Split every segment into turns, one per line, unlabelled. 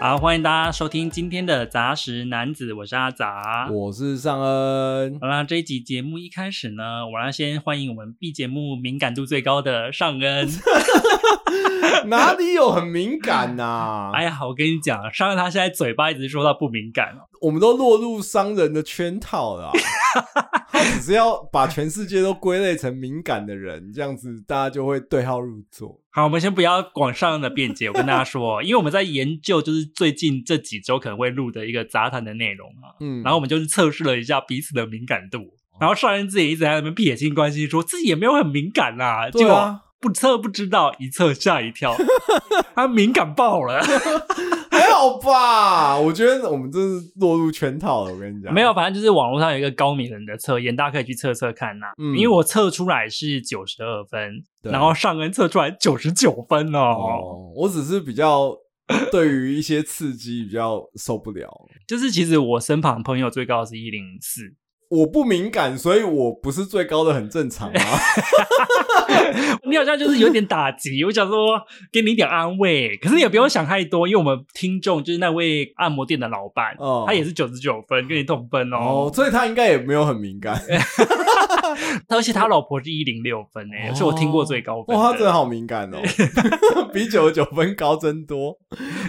好，欢迎大家收听今天的杂食男子，我是阿杂。
我是尚恩
好，啦，这一集节目一开始呢，我要先欢迎我们 B 节目敏感度最高的尚恩。
哪里有很敏感啊呐、
哎呀，我跟你讲，尚恩他现在嘴巴一直说到不敏感哦。
我们都落入商人的圈套了啊、 他只是要把全世界都归类成敏感的人，这样子大家就会对号入座。
好，我们先不要广尚恩的辩解，我跟大家说，因为我们在研究就是最近这几周可能会录的一个杂谈的内容啊，
嗯，
然后我们就是测试了一下彼此的敏感度。然后尚恩自己一直在那边撇清关系，说自己也没有很敏感啦、
对
结
啊
果不测不知道，一测吓一跳， 他敏感爆了。
啊 还好吧？我觉得我们真是落入圈套了。我跟你讲，
没有，，反正就是网络上有一个高敏人的测验，大家可以去测测看呐、
嗯
因为我测出来是九十二分，
对
然后上恩测出来九十九分哦。
哦，我只是比较对于一些刺激比较受不了。
就是其实我身旁朋友最高是一零四，
我不敏感，所以我不是最高的，很正 常啊。
你好像就是有点打击。我想说给你一点安慰，可是也不用想太多，因为我们听众就是那位按摩店的老板，
哦
他也是九十九分，跟你同分
哦
哦，。
所以他应该也没有很敏感。
而且他老婆是一零六分诶、
哦
是我听过最高分。
哇，他真的。好敏感哦， 比九十九分高真多。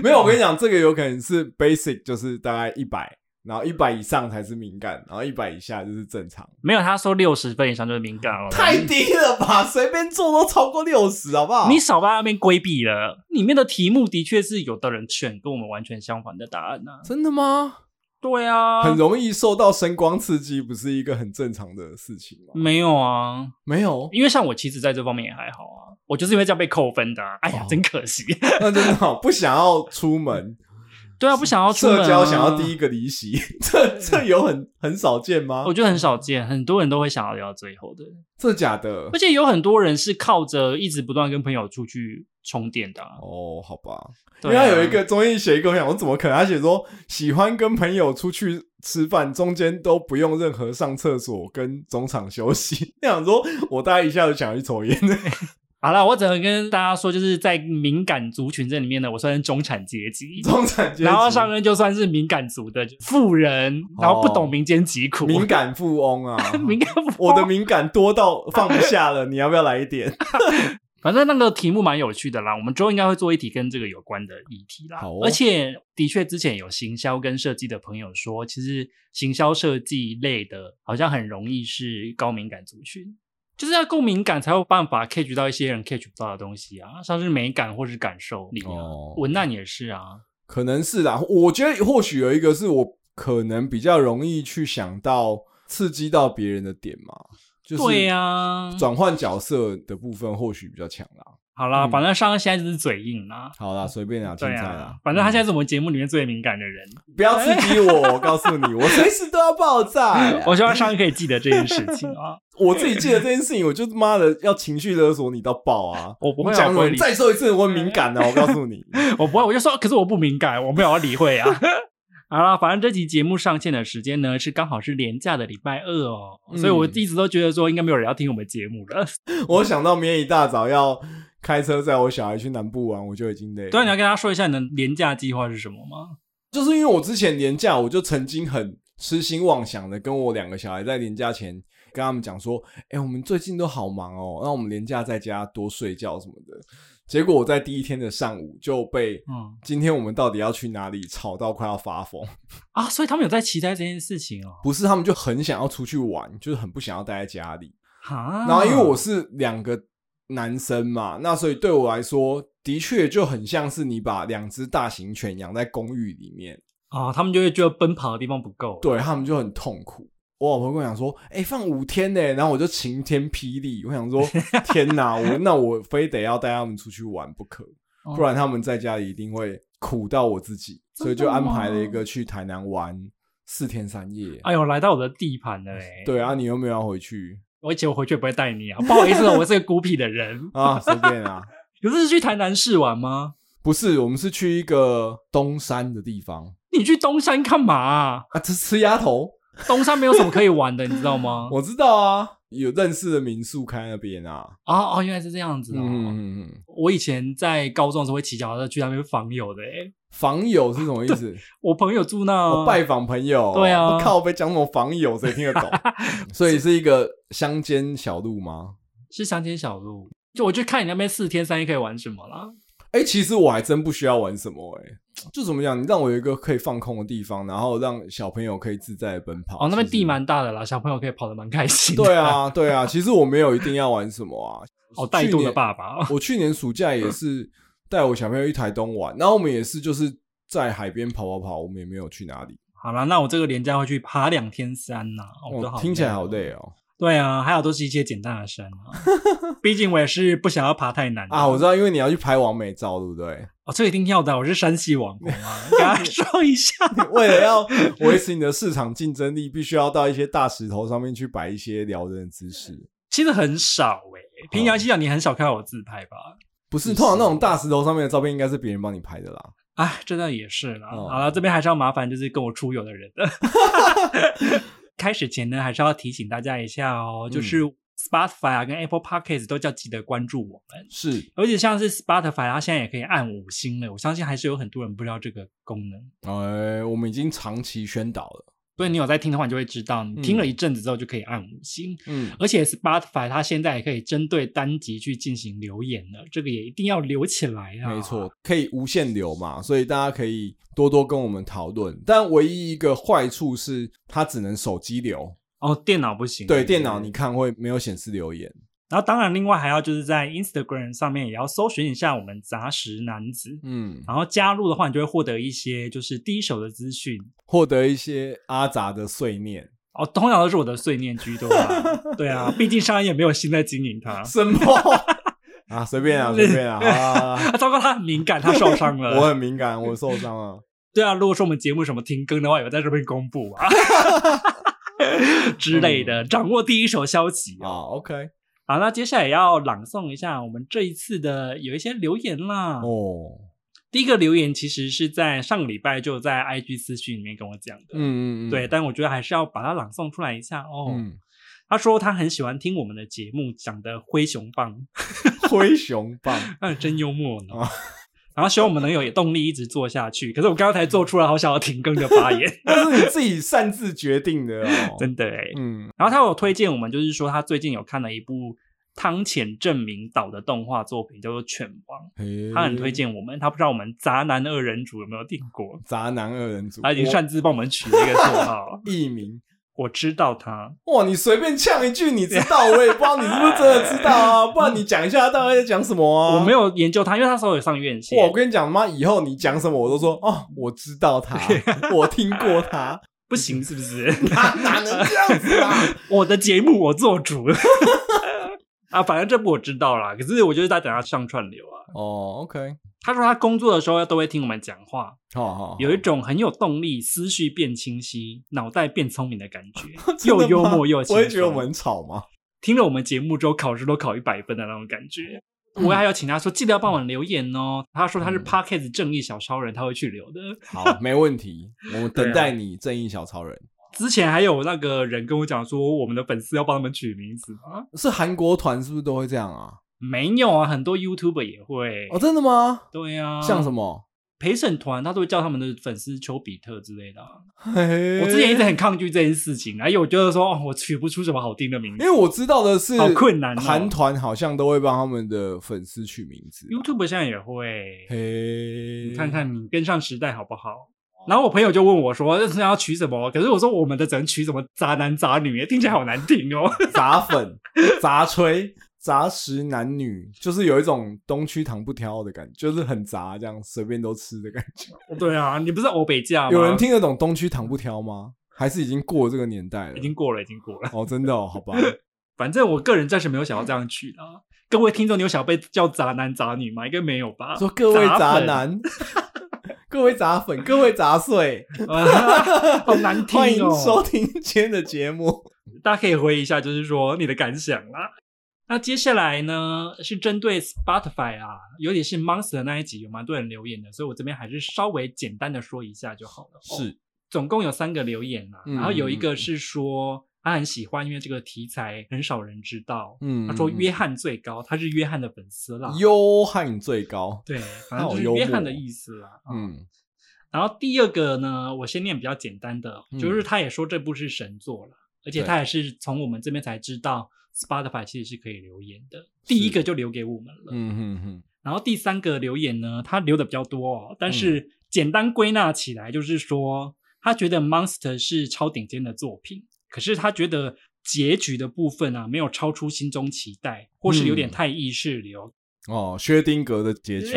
没有，我跟你讲，这个有可能是 basic，就是大概一百，然后一百以上才是敏感，然后一百以下就是正常。
没有，他说六十分以上就是敏感了。
太低了吧，随便做都超过六十，好不好？
你少在那边规避了。里面的题目的确是有的人选跟我们完全相反的答案呐、
真的吗？
对啊，
很容易受到声光刺激，不是一个很正常的事情吗？
没有啊，
没有，
因为像我其实在这方面也还好啊。我就是因为这样被扣分的啊、哎呀，
哦
真可惜。
那真的好不想要出门，
对啊，不想 要出门、
社交想要第一
一，
个离席，这这有很很少见吗
我？觉得很少见，很多人都会想要留到最后的，
这假的
而？且有很多人是靠着一直不断跟朋友出去充电的、啊。
哦，好吧，因
对
为
啊
他有一个综艺写一个，我想我怎么可能？他写说喜欢跟朋友出去吃饭，中间都不用任何上厕所跟中场休息。 那想说，我大概一下子想要去 抽烟，
好了，我只能跟大家说，就是在敏感族群这里面呢，我算是中产阶级。
中产阶级，
然后上恩就算是敏感族的富人，然后不懂民间疾苦，，
哦敏感富翁啊
敏感富翁
我的敏感多到放不下了，你要不要来一点？
反正那个题目蛮有趣的啦，我们之后应该会做一题跟这个有关的议题啦。
好哦
而且的确之前有行销跟设计的朋友说，其实行销设计类的，好像很容易是高敏感族群，就是要够敏感才有办法 catch 到一些人 catch 不到的东西啊，像是美感或是感受力啊，
哦
文案也是啊，
可能是啦，我觉得或许有一个是我可能比较容易去想到刺激到别人的点嘛，就是
对啊
转换角色的部分或许比较强啦。
好啦，
嗯
反正上恩现在就是嘴硬啦。
好啦，随便啦，青
对
菜
啊
啦，，
反正他
嗯
现在是我们节目里面最敏感的人，
不要刺激我，我告诉 你，我随时都要爆炸。
我希望上恩可以记得这件事情啊。
我自己记得这件事情，我就妈的要情绪勒索你到爆啊！
我不会啊
你讲
我不会
了，
理
你再说一次，我很敏感啊的、我告 诉你。
我不会，我就说，可是我不敏感，我没有要理 会啊。好啦，反正这期节目上线的时间呢，是刚好是连假的礼拜二哦，
嗯
所以我一直都觉得说，应该没有人要听我们节目了。
我想到明天一大早要开车载我小孩去南部玩，我就已经累了。
对啊，你要跟大家说一下你的连假计划是什么吗？
就是因为我之前年假，我就曾经很痴心妄想的跟我两个小孩在年假前跟他们讲说，哎、我们最近都好忙哦，那我们年假在家多睡觉什么的。结果我在第一天的上午就被，
嗯
今天我们到底要去哪里吵到快要发疯。
啊，所以他们有在期待这件事情哦。
不是，他们就很想要出去玩，就是很不想要待在家里。
哈，
然后因为我是两个男生嘛，那所以对我来说，的确就很像是你把两只大型犬养在公寓里面，
哦啊，他们就会觉得奔跑的地方不够。
对他们就很痛苦。我老婆跟我讲说，哎、放五天呢，然后我就晴天霹雳，我想说，天哪，我 那我非得要带他们出去玩不可，
哦
不然他们在家里一定会苦到我自己，
真的
所以就安排了一个去台南玩四天三夜。
哎呦，来到我的地盘了哎。，
对啊，你又没有要回去
而且我回去也不会带你啊，不好意思哦，我是个孤僻的人。
啊？随便啊，
有次是去台南市玩吗？
不是，我们是去一个东山的地方
你去东山干嘛啊？
啊，吃吃鸭头，
东山没有什么可以玩的，你知道吗？
我知道啊，有认识的民宿开那边啊，
哦哦，原来是这样子哦。
嗯嗯嗯，
我以前在高中的时候会骑脚踏车去那边访友的、欸，
访友是什么意思？
我朋友住那、
我哦拜访朋友，
哦对啊
我靠被讲什么访友，谁听 得懂？所以是一个乡间小路吗？
是乡间小路，就我去看你那边四天三夜可以玩什么啦。
哎、其实我还真不需要玩什么、哎，就怎么讲，你让我有一个可以放空的地方，然后让小朋友可以自在的奔跑。
哦，那边
其实
地蛮大的啦，小朋友可以跑得蛮开心的。
对，啊，对啊，其实我没有一定要玩什么啊。
好怠
去
惰
年啊
的爸爸哦。
我去年暑假也是带我小朋友去台东玩，然后我们也是就是在海边跑跑跑，我们也没有去哪里。
好啦，那我这个连假会去爬两天山呐、我觉得
哦
好、
听起来好。累哦。
对啊，还好都是一些简单的山啊， 毕竟我也是不想要爬太难的
啊，我知道，因为你要去拍完美照，对不对？
哦，这个一定要的，我是山系网红啊，给 他说一下。
为了要维持你的市场竞争力，必须要到一些大石头上面去摆一些撩人的姿势。
其实很少诶、
哦
平常心想你很少看到我自拍吧？
不是，通常那种大石头上面的照片应该是别人帮你拍的啦。
啊，这倒也是啦。
哦
好了，这边还是要麻烦就是跟我出游的 人的。开始前呢，还是要提醒大家一下哦，就
嗯
是 Spotify 啊跟 Apple Podcast 都叫记得关注我们，
是
而且像是 Spotify 它现在也可以按五星了，我相信还是有很多人不知道这个功能。
哎，我们已经长期宣导了。
所以你有在听的话，你就会知道，你听了一阵子之后就可以按五星。
嗯，
而且 Spotify 它现在也可以针对单集去进行留言了，这个也一定要留起来啊！
没错，，可以无限流嘛，所以大家可以多多跟我们讨论。但唯一一个坏处是，它只能手机流。
哦，电脑不行，
对，电脑你看会没有显示留言。
然后当然，另外还要就是在 Instagram 上面也要搜寻一下我们杂食男子。
嗯，
然后加入的话，你就会获得一些就是第一手的资讯
获得一些阿杂的碎念。
哦，通常都是我的碎念居多 啦。对啊，毕竟上一也没有心在经营它。
什么 啊？随便啊，随便 啊！啊
啊，糟糕，他很敏感，他受伤 了。
我很敏感，我受 伤了。
对啊，如果说我们节目什么停更的话，也会在这边公布 啊之类
嗯
的，掌握第一手消息
啊
哦。
，OK，
好，那接下来要朗诵一下我们这一次的有一些留言啦。
哦，
第一个留言其实是在上个礼拜就在 IG 私讯里面跟我讲的，
嗯嗯嗯，
对，，但我觉得还是要把它朗诵出来一下哦。
嗯，
他说他很喜欢听我们的节目，讲的灰熊棒，
灰熊棒，
那真幽默呢。
哦
然后希望我们能有动力一直做下去。可是我刚刚才做出了好想要停更的发言，
那是你自己擅自决定的 哦。
真的哎。
嗯，
然后他有推荐我们，就是说他最近有看了一部汤浅证明导的动画作品，叫做《犬王》，
嘿
他很推荐我们。他不知道我们宅男二人组有没有听过，
渣男二人组，
他已经
我。
擅自帮我们取了一个绰号
艺名。
我知道他，
哇，你随便呛一句，你知道，我也不知道你是不是真的知道 啊，不然你讲一下大概在讲什么啊？
我没
有。
有研究他，因为他那时候有上院线
哇，。我跟你讲，妈，以后你讲什么我都说哦，我知道 他，我听过他，
不行，是不是？
哪哪能这样子啊？
我的节目我做主。 啊，反正这部我知道啦，可是我就是在等他上串流啊。
哦，OK，
他说他工作的时候都会听我们讲话，
好好，，
有一种很有动力、思绪变清晰、脑袋变聪明的感觉
真
又
的
幽
吗
默又
不
轻
会觉得我
松。
们很吵吗？
听了我们节目之后，考试都考一百分的那种感觉。我还有请他说，记得要帮我留言哦。他说他是
嗯
Parkes 正义小超人，他会去留的。
好，没问题，我们等
对啊
待你正义小超人。
之前还有那个人跟我讲说，我们的粉丝要帮他们取名字吗？
是韩国团是不是都会这样啊？
没有啊，很多 YouTuber 也会。
哦，真的吗？
对啊，
像什么？
陪审团，他都会叫他们的粉丝丘比特之类的啊、我
我
之前一直很抗拒这件事情，因为我觉得说，哦，我取不出什么好听的名字，
因为我知道的是，
好困难哦
韩团好像都会帮他们的粉丝取名字。
YouTube 现在也会。
嘿，
你看，看你跟上时代好不好？然后我朋友就问我说：“这是要取什么？”可是我说我们的只能取什么渣男渣女，听起来好难听哦。
杂粉、杂吹、杂食男女，就是有一种东区糖不挑的感觉，就是很杂，这样随便都吃的感觉。
对啊，你不是欧北架吗？
有人听得懂东区糖不挑吗？还是已经过了这个年代了？
已经过了，已经过了。
哦，真的哦，好吧，
反正我个人暂时没有想
嗯
要这样去啦。各位听众，你有想被叫渣男渣女吗？应该没有吧？
说各位
渣
渣
粉，
男， 各位渣粉，各位杂碎，
啊 好难听哦。
欢迎收听今天的节目。
大家可以回忆一下，就是说你的感想啦。那接下来呢，是针对 Spotify 啊，尤其是 Monster 那一集，有蛮多人留言的，所以我这边还是稍微简单的说一下就好了。哦，
是，
总共有三个留言啦、
嗯
然后有一个是说他很喜欢，因为这个题材很少人知道。
嗯
他说约翰最高，他是约翰的粉丝啦。
幽汉最高，
对，反正就是
好幽默哦
约翰的意思啦。嗯，
嗯
然后第二个呢，我先念比较简单的，哦
嗯
就是他也说这部是神作了，而且他也是从我们这边才知道 Spotify 其实是可以留言的。第一个就留给我们了，
嗯哼哼，
然后第三个留言呢，他留的比较多哦，
嗯
但是简单归纳起来就是说，他觉得 Monster 是超顶尖的作品，可是他觉得结局的部分啊，没有超出心中期待，或是有点
嗯
太意识流，
哦，薛丁格的 结局，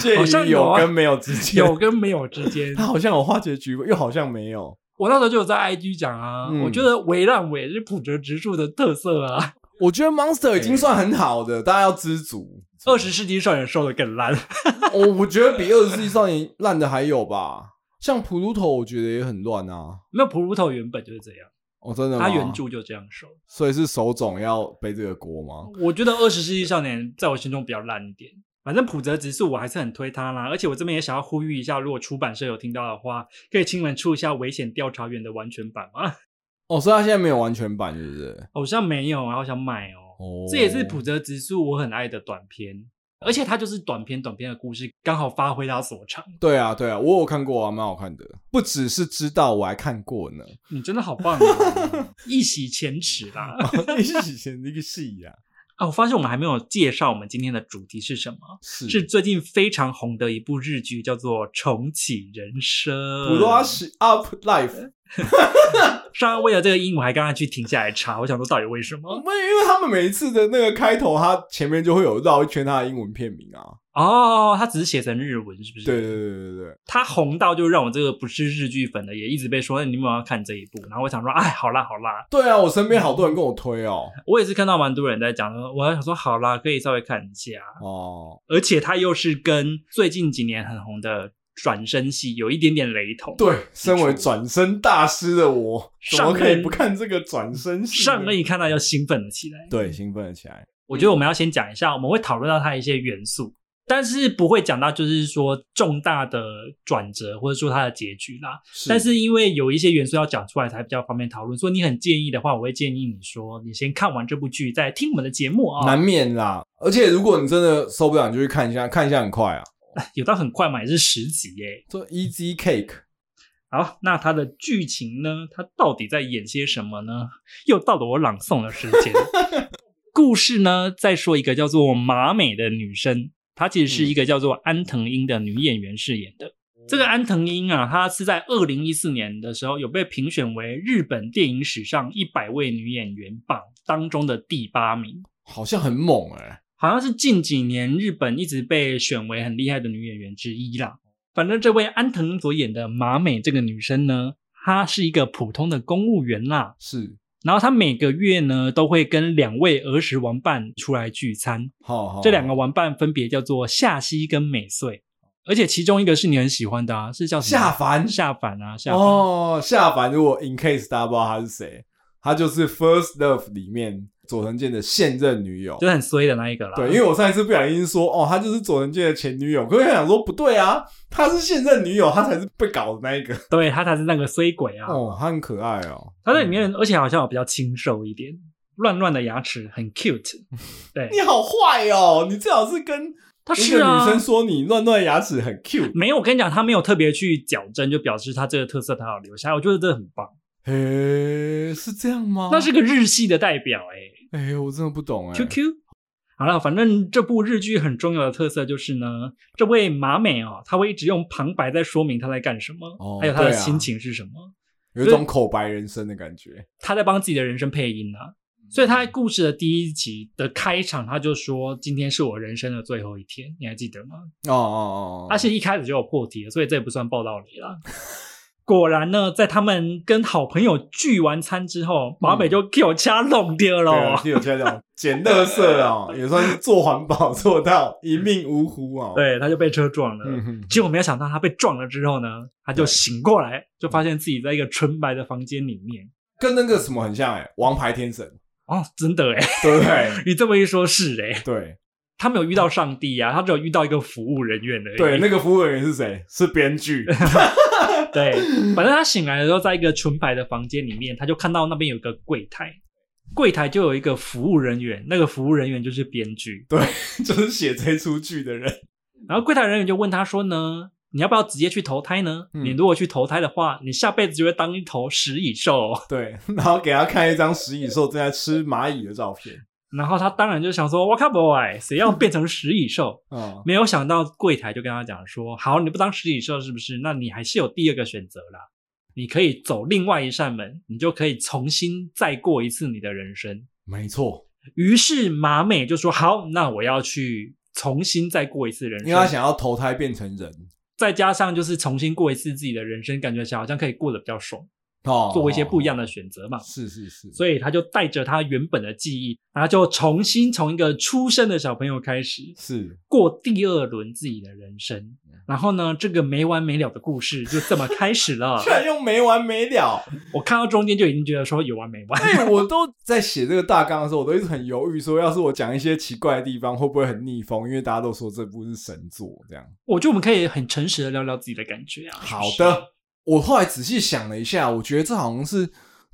介
好像
于
有
有
啊
跟没有之间，
有跟没有之间
他。好像有画结局，又好像没有。
我那时候就有在 IG 讲啊，
嗯
我觉得围烂尾是普泽直树的特色啊，
我觉得 Monster 已经算很好的，大家要知足。
二十世纪少年瘦的更烂，
我我觉得比二十世纪少年烂的还有吧，像普鲁头，我觉得也很乱啊。
那普鲁头原本就是这样，
哦，真的吗？
他原，著就这样说。
所以是手冢要背这个锅吗？
我觉得二十世纪少年在我心中比较烂一点。反正普泽直树我还是很推他啦，而且我这边也想要呼吁一下，如果出版社有听到的话，可以亲们出一下《危险调查员》的完全版吗？
哦，所以他现在没有完全版，是不是？
好像没有啊，好想买哦。
哦，
这也是普泽直树我很爱的短篇，而且他就是短篇短篇的故事，刚好发挥他所长。
对啊，对啊，我有看过啊，蛮好看的。不只是知道，我还看 过呢。
你真的好棒、啊，一洗前耻啦！
嗯以前那个戏呀，
啊，我发现我们还没有介绍我们今天的主题是什么，
是
是最近非常红的一部日剧，叫做《重启人生》。
普拉西
呃
Up Life，
上为了这个英文还刚刚去停下来查，我想说到底为什
我
么？
们因为他们每一次的那个开头，他前面就会有绕一圈他的英文片名啊。
哦，它只是写成日文，是不是？
对对对对对对，
它红到就让我这个不是日剧粉的也一直被说，哎你们有没有要看这一部？然后我想说，哎，好啦好啦，
对啊，我身边好多人跟我 推哦。
我也是看到蛮多人在讲，我还想说好啦，可以稍微看一下。
哦，
而且它又是跟最近几年很红的《转身戏》有一点点雷同。，
对，身为转身大师的我，怎么可
上
以
恩
不看这个转身戏呢？
上个一看到要兴奋了起来。
对，兴奋了起来。
我觉得我们要先讲一下，我们会讨论到它一些元素，但是不会讲到就是说重大的转折或者说它的结局啦。但是因为有一些元素要讲出来才比较方便讨论，所以你很建议的话，我会建议你说你先看完这部剧再听我们的节目啊、
难免啦，而且如果你真的受不了，你就去看一下，看一下很快啊。
有到很快嘛，也是十集耶。
这 Easy Cake
好，那它的剧情呢？它到底在演些什么呢？又到了我朗诵的时间。 故事呢，再说一个叫做马美的女生，她其实是一个叫做安藤英的女演员饰演的。这个安藤英啊，她是在二零一四年的时候有被评选为日本电影史上一百位女演员榜当中的第八名，
好像很猛哎、
好像是近几年日本一直被选为很厉害的女演员之一啦。反正这位安藤所演的马美这个女生呢，她是一个普通的公务员啦，
是，
然后她每个月呢都会跟两位儿时玩伴出来聚餐，
好好，
这两个玩伴分别叫做夏希跟美穗，而且其中一个是你很喜欢的啊，是叫什么
下凡
下凡啊，下凡。
哦，下凡如果 in case 大家不知道他是谁，他就是 First Love 里面佐藤健的现任女友
就。是很衰的那一个啦。
对，因为我上一次不小心说哦，他就是佐藤健的前女友，可是我想说不对啊，他是现任女友，他才是被搞的那一个。
对他才是那个衰鬼啊。
哦，他很可爱哦，
他在里面，而且好像有比较清瘦一点，乱乱的牙齿，很 cute。对，
你好坏哦，你最好是跟
他
一
是
个
啊，嗯
女生说你乱乱牙齿很 cute。
没有，我跟你讲，他没有特别去矫正，就表示他这个特色他有留下来，我觉得这很棒。
哦嘿，是这样吗？
那是个日系的代表哎、
哎、我真的不懂哎、
q q 好了，反正这部日剧很重要的特色就是呢，这位马美哦，她会一直用旁白在说明她在干什么，
哦
还有她的
对啊
心情是什么。
有一种口白人生的感觉。
他在帮自己的人生配音啊。
嗯
所以他在故事的第一集的开场，他就说：“今天是我人生的最后一天。”你还记得吗？
哦哦哦哦，
啊而且一开始就有破题了，所以这也不算报道你啦。 果然呢，在他们跟好朋友聚完餐之后，马北就给我掐弄掉
嗯对
了
啊，。有这种捡垃圾哦，也算是做环保做到一命呜呼 哦。，
对，他就被车撞了。
嗯哼，
结果没有想到，他被撞了之后呢，他就
对
醒过来，就发现自己在一个纯白的房间里面。
跟那个什么很像哎，王牌天神，
哦，真的哎，
对不对？
你这么一说，是哎，
对
他没有遇到上帝啊，他只有遇到一个服务人员而已。
对，那个服务人员是谁？是编 剧。
对，反正他醒来的时候，在一个纯白的房间里面，他就看到那边有个柜台，柜台就有一个服务人员，那个服务人员就是编剧。
对，就是写这出剧的人。
然后柜台人员就问他说呢，你要不要直接去投胎呢？
嗯
你如果去投胎的话，你下辈子就会当一头食蚁兽哦。
对，然后给他看一张食蚁兽正在吃蚂蚁的照片。
然后他当然就想说，我靠 boy，谁要变成食蚁兽？
嗯，
没有想到柜台就跟他讲说，好，你不当食蚁兽是不是？那你还是有第二个选择啦，你可以走另外一扇门，你就可以重新再过一次你的人生。
没错，
于是马美就说：“好，那我要去重新再过一次人
因为他
生，
想要投胎变成人
再加上就是重新过一次自己的人生，感觉起来好像可以过得比较爽，
哦，
做一些不一样
的。
的选择嘛。
是是是，
所以他就带着他原本的记忆，然后就重新从一个出生的小朋友开始，
是
过第二轮自己的人生。然后呢，这个没完没了的故事就这么开始了
居。然又没完没了。
我看到中间就已经觉得说有完没完。
哎，我都在写这个大纲的时候，我都一直很犹豫，说要是我讲一些奇怪的地方，会不会很逆风？因为大家都说这部是神作，这样。
我觉得我们可以很诚实的聊聊自己的感觉啊。是不是
好的，我后来仔细想了一下，我觉得这好像是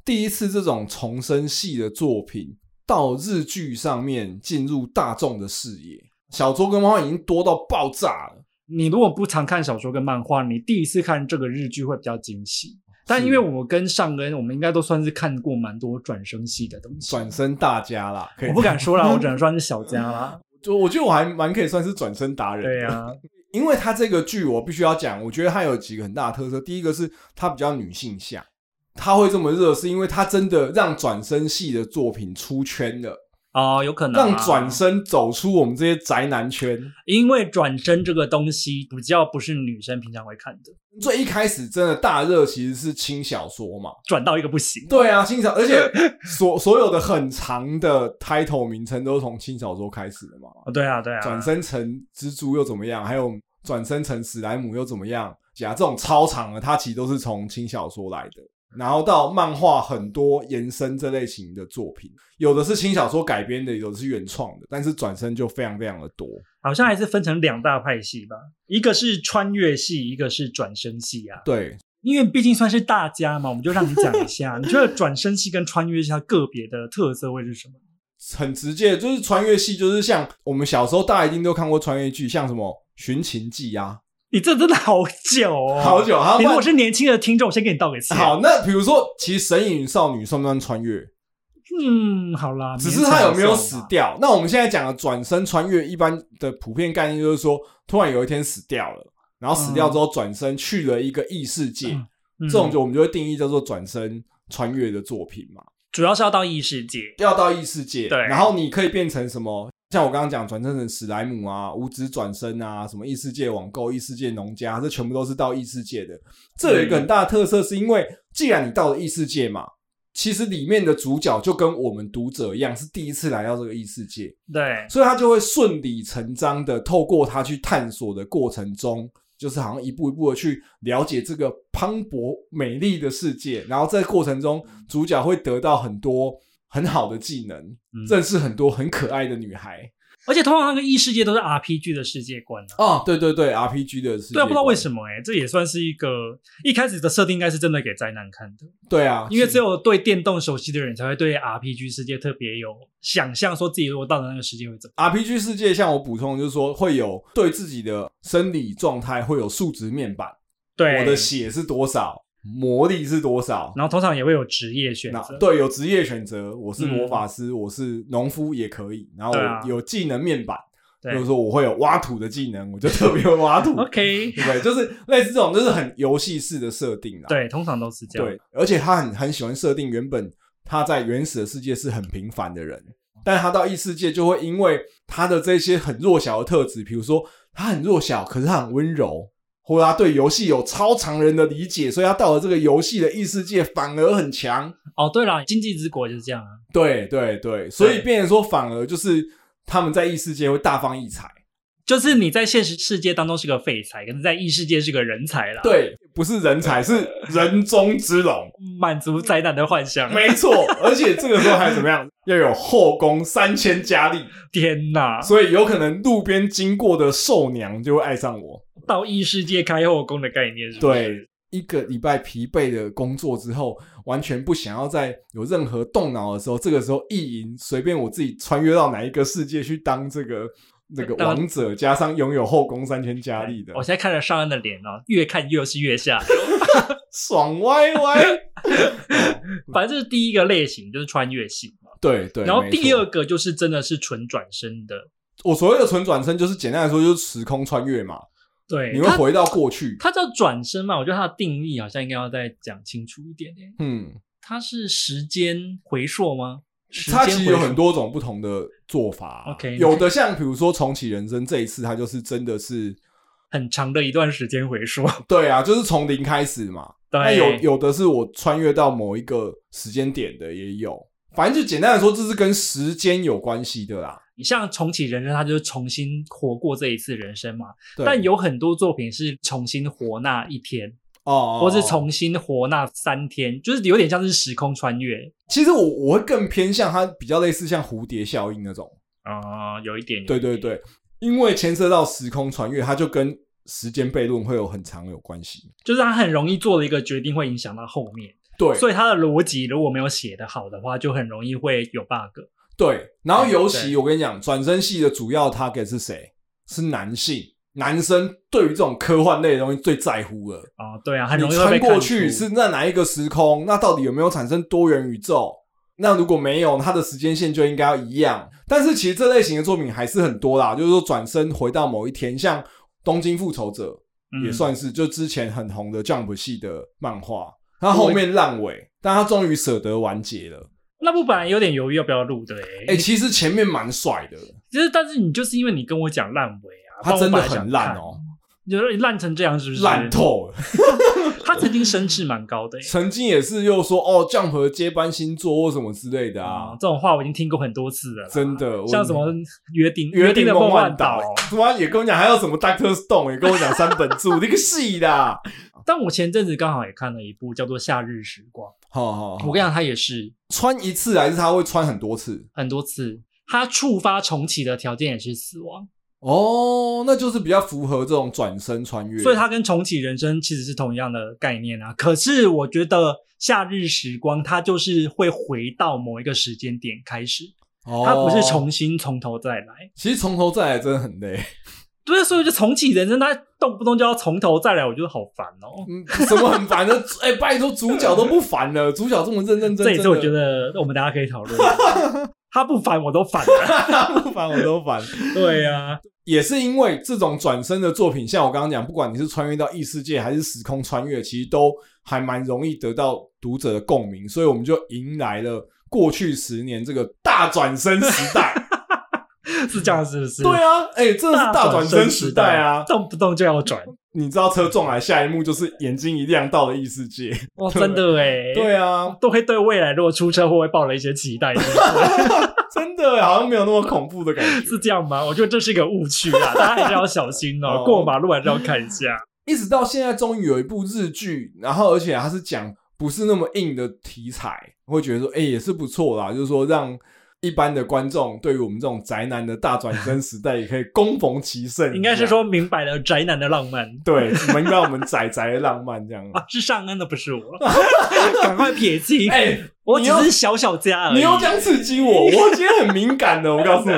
第一次这种重生系的作品到日剧上面进入大众的视野。小说跟漫画已经多到爆炸了，
你如果不常看小说跟漫画，你第一次看这个日剧会比较惊喜。但因为我跟上恩，我们应该都算是看过蛮多转生系的东西。
转身大家啦，可以
我不敢说啦， 我只能算是小家啦。
就我觉得我还蛮可以算是转身达人。
对呀、啊，
因为它这个剧，我必须要讲，我觉得它有几个很大的特色。第一个是它比较女性向，它会这么热，是因为它真的让转身系的作品出圈了，
哦，有可能、啊、
让转，身走出我们这些宅男圈。
因为转身这个东西比较不是女生平常会看的，
最一开始真的大热其实是轻小说嘛，
转到一个不行。
对啊，轻小，而且所所有的很长的 title 名称都是从轻小说开始的嘛，
哦，对啊，对啊，
转身成蜘蛛又怎么样，还有转身成史莱姆又怎么样，假这种超长的，它其实都是从轻小说来的。然后到漫画很多延伸这类型的作品，有的是轻小说改编的，有的是原创的，但是转身就非常非常的多。
好像还是分成两大派系吧，一个是穿越系，一个是转身系啊。
对，
因为毕竟算是大家嘛，我们就让你讲一下，你觉得转身系跟穿越系它个别的特色会是什么？
很直接，就是穿越戏，就是像我们小时候大家一定都看过穿越剧，像什么《寻秦记》啊，
你这真的好久哦，
好。久。好，
你如
不然
果是年轻的听众，我先给你道个歉。，
好，那比如说，其实《神隐少女》算不算穿越？
嗯，好啦，
只是她有没有死
掉？
掉？那我们现在讲的转身穿越，一般的普遍概念就是说，突然有一天死掉了，然后死掉之后转身去了一个异世界，
嗯
这种就我们就会定义叫做转身穿越的作品嘛。
主要是要到异世界，
要到异世界，
对
然后你可以变成什么？像我刚刚讲，转身成史莱姆啊，五指转身啊，什么异世界网购、异世界农家，这全部都是到异世界的。这有一个很大的特色，是因为既然你到了异世界嘛，其实里面的主角就跟我们读者一样，是第一次来到这个异世界，
对，
所以他就会顺理成章的透过他去探索的过程中，就是好像一步一步的去了解这个磅礴美丽的世界，然后在过程中，主角会得到很多很好的技能，
嗯
认识很多很可爱的女孩。
而且通常那个异世界都是 RPG 的世界观啊。
哦，对对对，RPG 的世界，
对啊，不知道为
么，
什么哎、这也算是一个一开始的设定，应该是真的给宅男看的，
对啊，
因为
是
只有对电动熟悉的人才会对 RPG 世界特别有想象，说自己如果到了那个世界会怎么。
RPG 世界，像我补充的就是说，会有对自己的生理状态会有数值面板，
对，
我的血是多少，魔力是多少，
然后通常也会有职业选
那
择。
对有职业选择，我是
嗯
魔法师，我是农夫也可以。然后
对啊
我有技能面板，比
对，
如说我会有挖土的技能，我就特别会挖土
，OK，
对不对？就是类似这种，就是很游戏式的设定啦。
对，通常都是这样。
对，而且他很很喜欢设定原本他在原始的世界是很平凡的人，但他到异世界就会因为他的这些很弱小的特质，比如说他很弱小，可是他很温柔，或者他对游戏有超常人的理解，所以他到了这个游戏的异世界反而很强。
哦，对了，经济之国就是这样啊。
对对对，所以变成说反而就是他们在异世界会大放异彩。
就是你在现实世界当中是个废材，可是在异世界是个人才啦。，
对，不是人才，是人中之 龙。
满足灾难的幻想。
没错，而且这个时候还怎么样？要有后宫三千佳丽，
天哪，
所以有可能路边经过的兽娘就会爱上我。
到异世界开后宫的概念是不是？
对，一个礼拜疲惫的工作之后，完全不想要再有任何动脑的时候，这个时候意淫，随便我自己穿越到哪一个世界去当这个那个王者，加上拥有后宫三千佳丽的
我，现在看了上恩的脸哦，越看越是越 下。
爽歪 歪。
反正这是第一个类型，就是穿越型嘛。
哦对对，
然后
没错
第二，个就是真的是纯转身的，
我所谓的纯转身，就是简单来说就是时空穿越嘛，
对，
你会
它
回到过去。
它叫转身嘛？我觉得它的定义好像应该要再讲清楚一点点。
嗯，
它是时间回溯吗？时间
它
回
其
溯
实有很多种不同的做法。啊
OK
有的像比如说重启人生这一次，它就是真的是
很长的一段时间回溯。
对啊，就是从零开始嘛。那
对，
有有的是我穿越到某一个时间点的，也有。反正就简单的说，这是跟时间有关系的啦。
像重启人生，它就是重新活过这一次人生嘛。
对，
但有很多作品是重新活那一天，
哦哦，
或是
哦
重新活那三天，就是有点像是时空穿越
其实我我会更偏向它比较类似像蝴蝶效应那种。
啊、有一点。有一
对对
点，
对，因为牵涉到时空穿越，它就跟时间悖论会有很长有关系。
就是他很容易做了一个决定，会影响到后面。
对，
所以它的逻辑如果没有写得好的话，就很容易会有 bug。
对，然后
对对
尤其我跟你讲，转身系的主要 target 是谁？是男性，男生对于这种科幻类的东西最在乎了。
哦，对啊，很
你
容易会
穿
被看
过
出
去是在哪一个时空？那到底有没有产生多元宇宙？那如果没有，它的时间线就应该要一样。但是其实这类型的作品还是很多啦，就是说转身回到某一天，像《东京复仇者》
嗯
也、算是就之前很红的 Jump 系的漫画，它后面烂尾，但它终于舍得完结了。
嗯。那部本来有点犹豫要不要录的、欸，
哎、其实前面蛮帅的，
就是但是你就是因为你跟我讲烂尾啊，
它
不然
真
我
的
本来
很
想
烂
看
哦，，
就是烂成这样是不是？
烂！透了。
他曾经声势蛮高的、欸。
曾经也 是又说哦，Jump 的接班新作或什么之类的啊
嗯，这种话我已经听过很多次了啦，
真的我
像什么约定
约定
的
梦
幻
幻岛，什么也跟我讲，还有什么 Doctor Stone 也跟我讲三本柱那个戏啦。
哦但我前阵子刚好也看了一部叫做《夏日时光》，
好好，
我跟你讲，它也是
穿一次还是他会穿很多次
很多次，它触发重启的条件也是死亡。
哦，那就是比较符合这种转身穿越。
所以它跟重启人生其实是同样的概念啊。可是我觉得夏日时光它就是会回到某一个时间点开始，
哦
它不是重，新从头再来。
其实从头再来真的很累。
对，所以就重启人生，它动不动就要从头再来，我觉得好烦哦。
嗯，什么很烦的？哎，拜托，主角都不烦了，主角这么认认真真的，
这也是我觉 得我们大家可以讨论 的。他不烦我都烦了。
不烦我都烦。
对啊，
也是因为这种转身的作品，像我刚刚讲，不管你是穿越到异世界还是时空穿越，其实都还蛮容易得到读者的共鸣，所以我们就迎来了过去十年这个大转身时代。
是这样是不是？
对，啊，哎、真的是大转身时代啊！
动不动就要转。
你知道车撞来，下一幕就是眼睛一亮到了异世界。
哇，
对
真的哎。
对啊，
都会对未来如果出车祸会抱了一些期待，是不是
真的好像没有那么恐怖的感觉。
是这样吗？我觉得这是一个误区啊，大家还是要小心哦。
哦
过马路还是要看一下。
一直到现在，终于有一部日剧，然后而且它是讲不是那么硬的题材，我会觉得说，哎、也是不错啦。就是说，让一般的观众对于我们这种宅男的大转 身时代，也可以攻逢其胜。
应该是，说明白了宅男的浪漫
对，你们让我们宅宅的浪漫这样。
啊，是上恩的，不是 我。赶快撇清，
哎、
我
你
只
又
是小小家而已。
你又这样刺激我，我今天很敏感的，我告 诉你。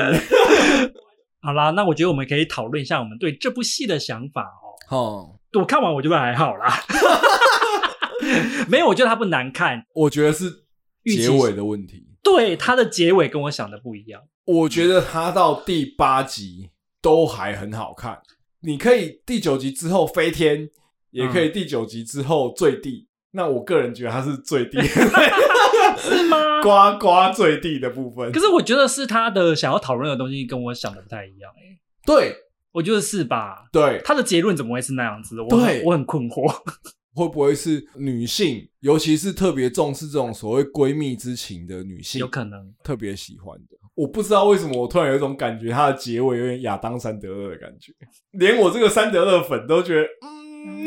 好啦，那我觉得我们可以讨论一下我们对这部戏的想法哦。
哦，
我看完我觉得还好 啦，没有，我觉得它不难看。
我觉得是
预期
结
是
尾的问题。
对它的结尾跟我想的不一样，
我觉得它到第八集都还很好看。你可以第九集之后飞天，也可以
嗯
第九集之后坠地。那我个人觉得它是坠 地，
是 吗？
呱呱坠地的部分
可。是我觉得是他的想要讨论的东西跟我想的不太一样、欸。
对，
我觉得是吧？
对，
他的结论怎么会是那样子的？我很
对
我很困惑。
会不会是女性，尤其是特别重视这种所谓闺蜜之情的女性，
有可能
特别喜欢的？我不知道为什么，我突然有一种感觉，它的结尾有点亚当·山德勒的感觉，连我这个山德勒粉都觉得，嗯，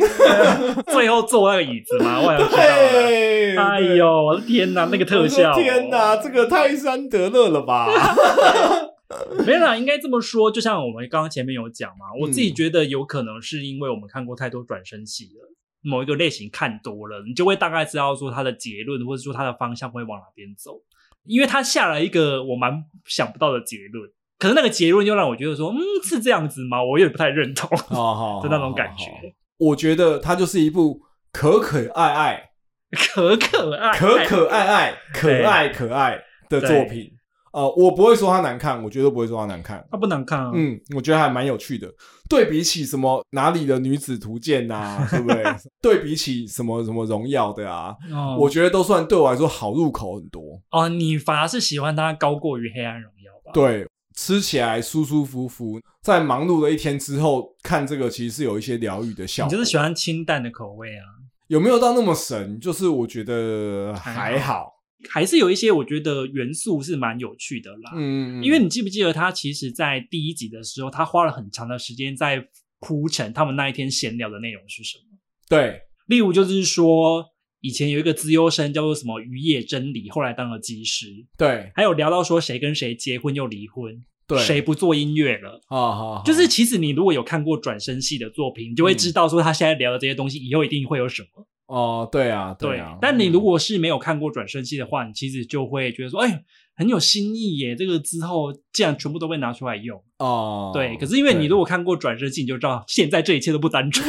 最后坐那个椅子吗？我想知道了。
对，
哎呦，我的天哪，那个
对，
特效
我
哦，
说天哪，这个太山德勒了吧？
没有啦，应该这么说，就像我们刚刚前面有讲嘛，我自己
嗯
觉得有可能是因为我们看过太多转身戏了，某一个类型看多了，你就会大概知道说它的结论或者说它的方向会往哪边走，因为他下了一个我蛮想不到的结论，可是那个结论又让我觉得说，嗯，是这样子吗？我有点不太认同
好好好
的那种感觉
好好，我觉得它就是一部可可爱爱、
可可爱，
可可爱爱、可爱可爱的作品。呃，我不会说它难看，我绝对不会说它难看。
它不难看啊，
嗯，我觉得还蛮有趣的。对比起什么哪里的女子图鉴 呐、啊，对不对？对比起什么什么荣耀的啊，
哦，
我觉得都算对我来说好入口很多。
哦，你反而是喜欢它高过于黑暗荣耀吧？，
对，吃起来舒舒服服，在忙碌的一天之后看这个，其实是有一些疗愈的效
你
果。
就是喜欢清淡的口味啊。
有没有到那么神？就是我觉得还
还
好，
还是有一些我觉得元素是蛮有趣的啦。
嗯，
因为你记不记得他其实，在第一集的时候，他花了很长的时间在铺陈他们那一天闲聊的内容是什么。
对
例如就是说，以前有一个资优生叫做什么渔业真理，后来当了技师，
对
还有聊到说谁跟谁结婚又离婚，
对，
谁不做音乐了。
啊好，好
就是其实你如果有看过转身戏的作品，你就会
嗯
知道说他现在聊的这些东西以后一定会有什么。
哦，对啊，
对
啊。
但你如
嗯
果是没有看过转身戏的话，你其实就会觉得说，哎呦，很有新意耶！这个之后竟然全部都被拿出来用。
哦，
对，可是因为你
对
如果看过转身戏，你就知道现在这一切都不单 纯。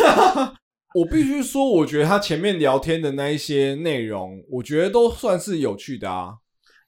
我必须说，我觉得他前面聊天的那一些内容，我觉得都算是有趣的啊。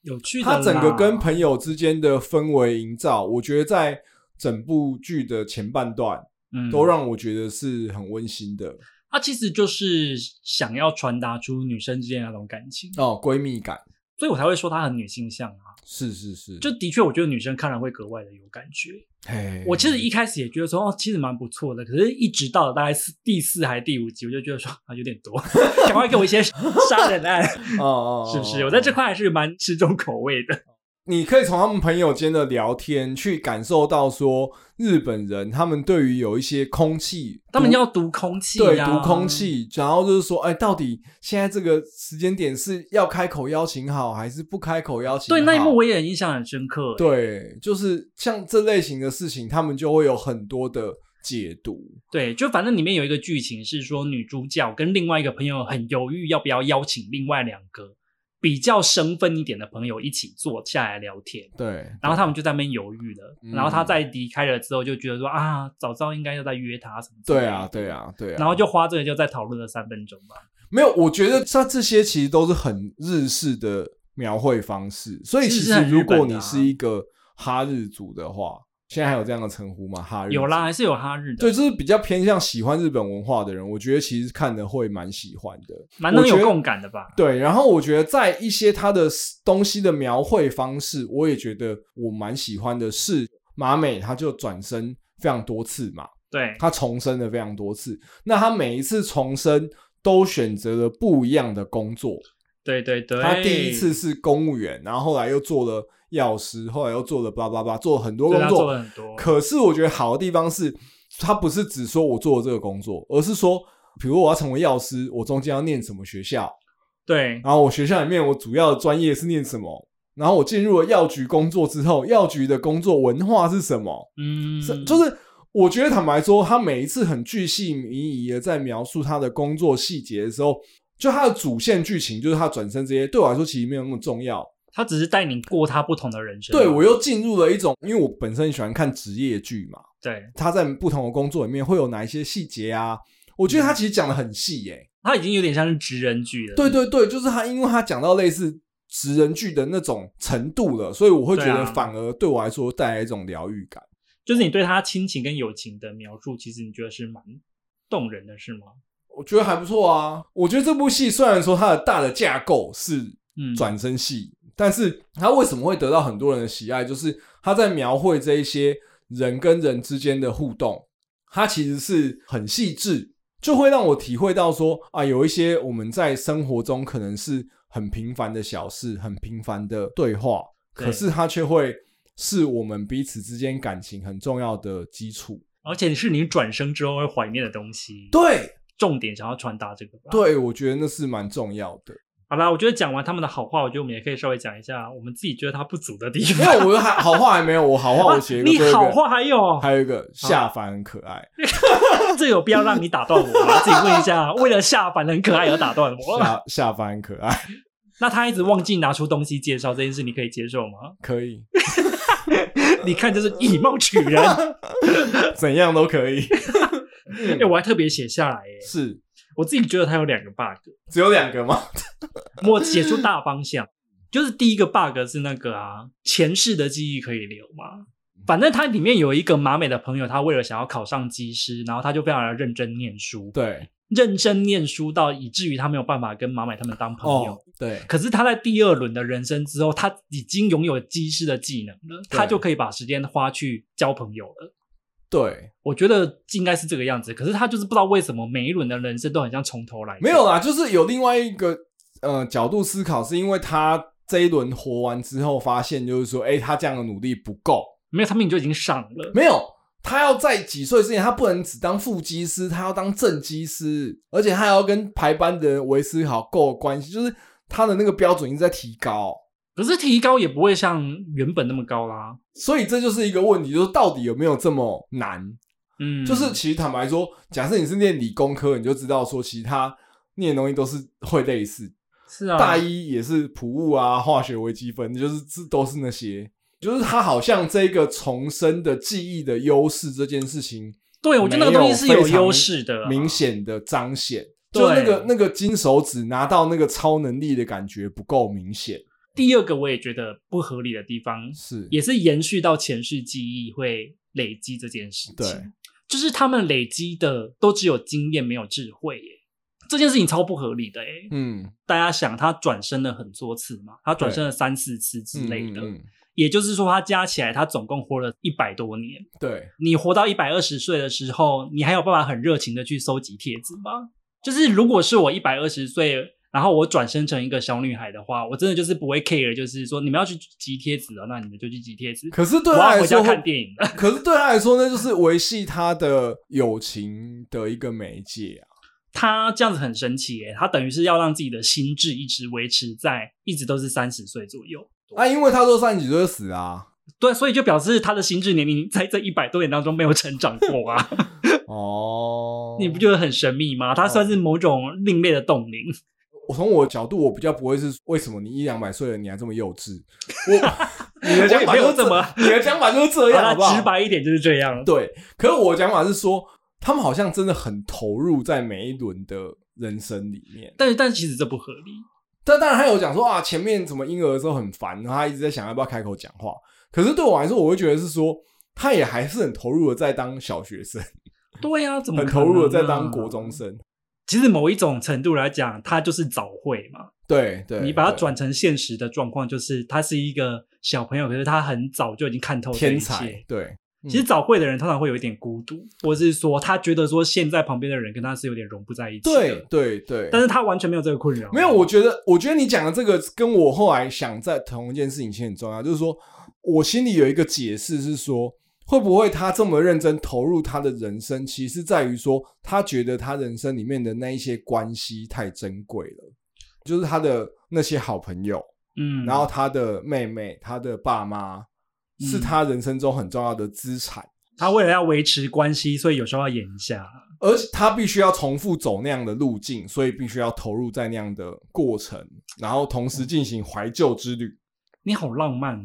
有趣的啦，
他整个跟朋友之间的氛围营造，我觉得在整部剧的前半段
嗯
都让我觉得是很温馨的
他其实就是想要传达出女生之间的那种感情，
哦，闺蜜感。
所以我才会说她很女性向啊。
是是是，
就的确，我觉得女生看了会格外的有感觉。
嘿
我其实一开始也觉得说，哦，其实蛮不错的，可是一直到了大概四第四还第五集，我就觉得说啊，有点多， 赶快给我一些杀人案。
哦哦，哦
是不是？我在这，块还是蛮吃重口味的。
你可以从他们朋友间的聊天去感受到说，日本人他们对于有一些空气，
他们要读空气、啊
对，读空。气，然后就是说，哎，到底现在这个时间点是要开口邀请好，还是不开口邀请好？
对那一幕我也印象很深刻。，
对，就是像这类型的事情，他们就会有很多的解读。
对，就反正里面有一个剧情是说，女主角跟另外一个朋友很犹豫要不要邀请另外两个比较生分一点的朋友一起坐下来聊天。
对，
然后他们就在那边犹豫了，
嗯
然后她在离开了之后就觉得说啊，早知道应该要再约她什么之类的。
对啊，对啊，对啊。
然后就花这个就在讨论了三分钟吧。
没有，我觉得像这些其实都是很日式的描绘方式，所以
是
其
是
实
很日
如果
本的
你
啊
是一个哈日族的话，现在还有这样的称呼吗？哈日族
有啦，。还是有哈日的，
对，就是比较偏向喜欢日本文化的人，我觉得其实看的会蛮喜欢的。
蛮能有
我觉得
共感的吧？
对，然后我觉得在一些他的 s- 东西的描绘方式，我也觉得我蛮喜欢的是马美，他就转身非常多次嘛，
对，
他重生了非常多次。那他每一次重生都选择了不一样的工作，
对对对。
他第一次是公务员，然后后来又做了药师，后来又做了巴拉巴拉，做了很多
对
工
他
作，
做了很多。
可是我觉得好的地方是，他不是只说我做了这个工作，而是说，比如我要成为药师，我中间要念什么学校，
对，
然后我学校里面我主要的专业是念什么，然后我进入了药局工作之后，药局的工作文化是什么？
嗯，
是就是。我觉得坦白说，他每一次很巨细靡遗的在描述他的工作细节的时候，就他的主线剧情，就是他转身这些，对我来说其实没有那么重要。
他只是带你过他不同的人生。
对我又进入了一种，因为我本身喜欢看职业剧嘛，
对
他在不同的工作里面会有哪一些细节啊？我觉得他
嗯
其实讲的很细耶、
他已经有点像是职人剧了。
对对对，就是他，因为他讲到类似职人剧的那种程度了，所以我会觉
对
得
啊
反而对我来说带来一种疗愈感。
就是你对他亲情跟友情的描述，其实你觉得是蛮动人的，是吗？
我觉得还不错啊。我觉得这部戏虽然说它的大的架构是
嗯，
转身戏，但是它为什么会得到很多人的喜爱，就是它在描绘这一些人跟人之间的互动，它其实是很细致，就会让我体会到说啊，有一些我们在生活中可能是很平凡的小事，很平凡的对话，
对
可是它却会是我们彼此之间感情很重要的基础。
而且是你转身之后会怀念的东西。，
对
重点想要传达这个吧。
对，我觉得那是蛮重要 的。
好啦，我觉得讲完他们的好话，我觉得我们也可以稍微讲一下我们自己觉得它不足的地
因
方。
为我有好好话还没有，我好 话我写一个
你
最后一
好
个
话还有
还有一个下凡很可爱，
这有必要让你打断我吗？自己问一 下，为了下凡很可爱而打断我。
下下凡很可爱，
那他一直忘记拿出东西介绍这件事，你可以接受 吗？
可以
你看，就是以貌取 人。
怎样都可以，
哎、我还特别写下来，哎，
是
我自己觉得它有两个 bug，
只有两个吗？
我写出大方向。就是第一个 bug 是那个啊，前世的记忆可以留吗？反正它里面有一个马美的朋友，他为了想要考上技师，然后他就非常的认真念书，
对，
认真念书到以至于他没有办法跟马美他们当朋友。
哦，对，
可是他在第二轮的人生之后，他已经拥有机师的技能了，
对
他就可以把时间花去交朋友了。
对，
我觉得应该是这个样子，可是他就是不知道为什么每一轮的人生都很像从头来。
没有，啊啦，就是有另外一个呃角度思考，是因为他这一轮活完之后，发现就是说，哎、他这样的努力不够，
没有，他们就已经上了。
没有。他要在几岁之前，他不能只当副机师，他要当正机师，而且他还要跟排班的人维持好够的关系，就是他的那个标准一直在提高。
可是提高也不会像原本那么高啦。
所以这就是一个问题，就是到底有没有这么难？
嗯，
就是其实坦白说，假设你是念理工科，你就知道说，其他念的东西都是会类似，
是啊，
大一也是普物啊、化学、微积分，就是这都是那些。就是它好像这个重生的记忆的优势这件事情，
对我觉得那个东西是有优势的啊，
明显的彰显。
对
就那个那个金手指拿到那个超能力的感觉不够明显，
第二个我也觉得不合理的地方
是
也是延续到前世记忆会累积这件事情。
对，
就是他们累积的都只有经验，没有智慧耶。这件事情超不合理的诶、
嗯
大家想，他转身了很多次嘛，他转身了三四次之类的，
嗯嗯嗯
也就是说，他加起来，他总共活了一百多年。
对，
你活到一百二十岁的时候，你还有办法很热情的去收集帖子吗？就是如果是我一百二十岁，然后我转身成一个小女孩的话，我真的就是不会 care，就是说你们要去集贴纸啊，那你们就去集贴纸。
可是对
我
他
要
来
回家
说会
看电影了。
可是对他来说，那就是维系他的友情的一个媒介啊。
他这样子很神奇耶、他等于是要让自己的心智一直维持在一直都是三十岁左右。
啊，因为他说三十几岁就死啦、啊。
对，所以就表示他的心智年龄在这一百多年当中没有成长过啊！
哦，
你不觉得很神秘吗？他算是某种另类的冻龄，
我从我角度，我比较不会是为什么你一两百岁了你还这么幼稚。 我你的讲法
我也没有
就是
这么
你的讲法就是这样，
好
好不好？
直白一点就是这样。
对，可是我的讲法是说，他们好像真的很投入在每一轮的人生里面。
但是，但其实这不合理。
但当然，他有讲说啊，前面什么婴儿的时候很烦，然后他一直在想要不要开口讲话。可是对我来说，我会觉得是说，他也还是很投入的在当小学生，
对呀、怎么
很
可能啊
投入的在
呢
当国中？生。
其实某一种程度来讲，他就是早会嘛。
对对，
你把它
对
转成现实的状况，就是他是一个小朋友，可是他很早就已经看透这
天
一
才嗯
切，。
对
其实早会的人通常会有一点孤独，或者是说他觉得说现在旁边的人跟他是有点融不在一起的。
对对对，
但是他完全没有这个困扰。
没有，我觉得，我觉得你讲的这个跟我后来想在同一件事情其实很重要，就是说我心里有一个解释是说，会不会他这么认真投入他的人生，其实在于说他觉得他人生里面的那一些关系太珍贵了，就是他的那些好朋友，
嗯，
然后他的妹妹、他的爸妈，
嗯
是他人生中很重要的资产。
他为了要维持关系，所以有时候要演一下。
而且他必须要重复走那样的路径，所以必须要投入在那样的过程，然后同时进行怀旧之旅。
你好浪漫哦，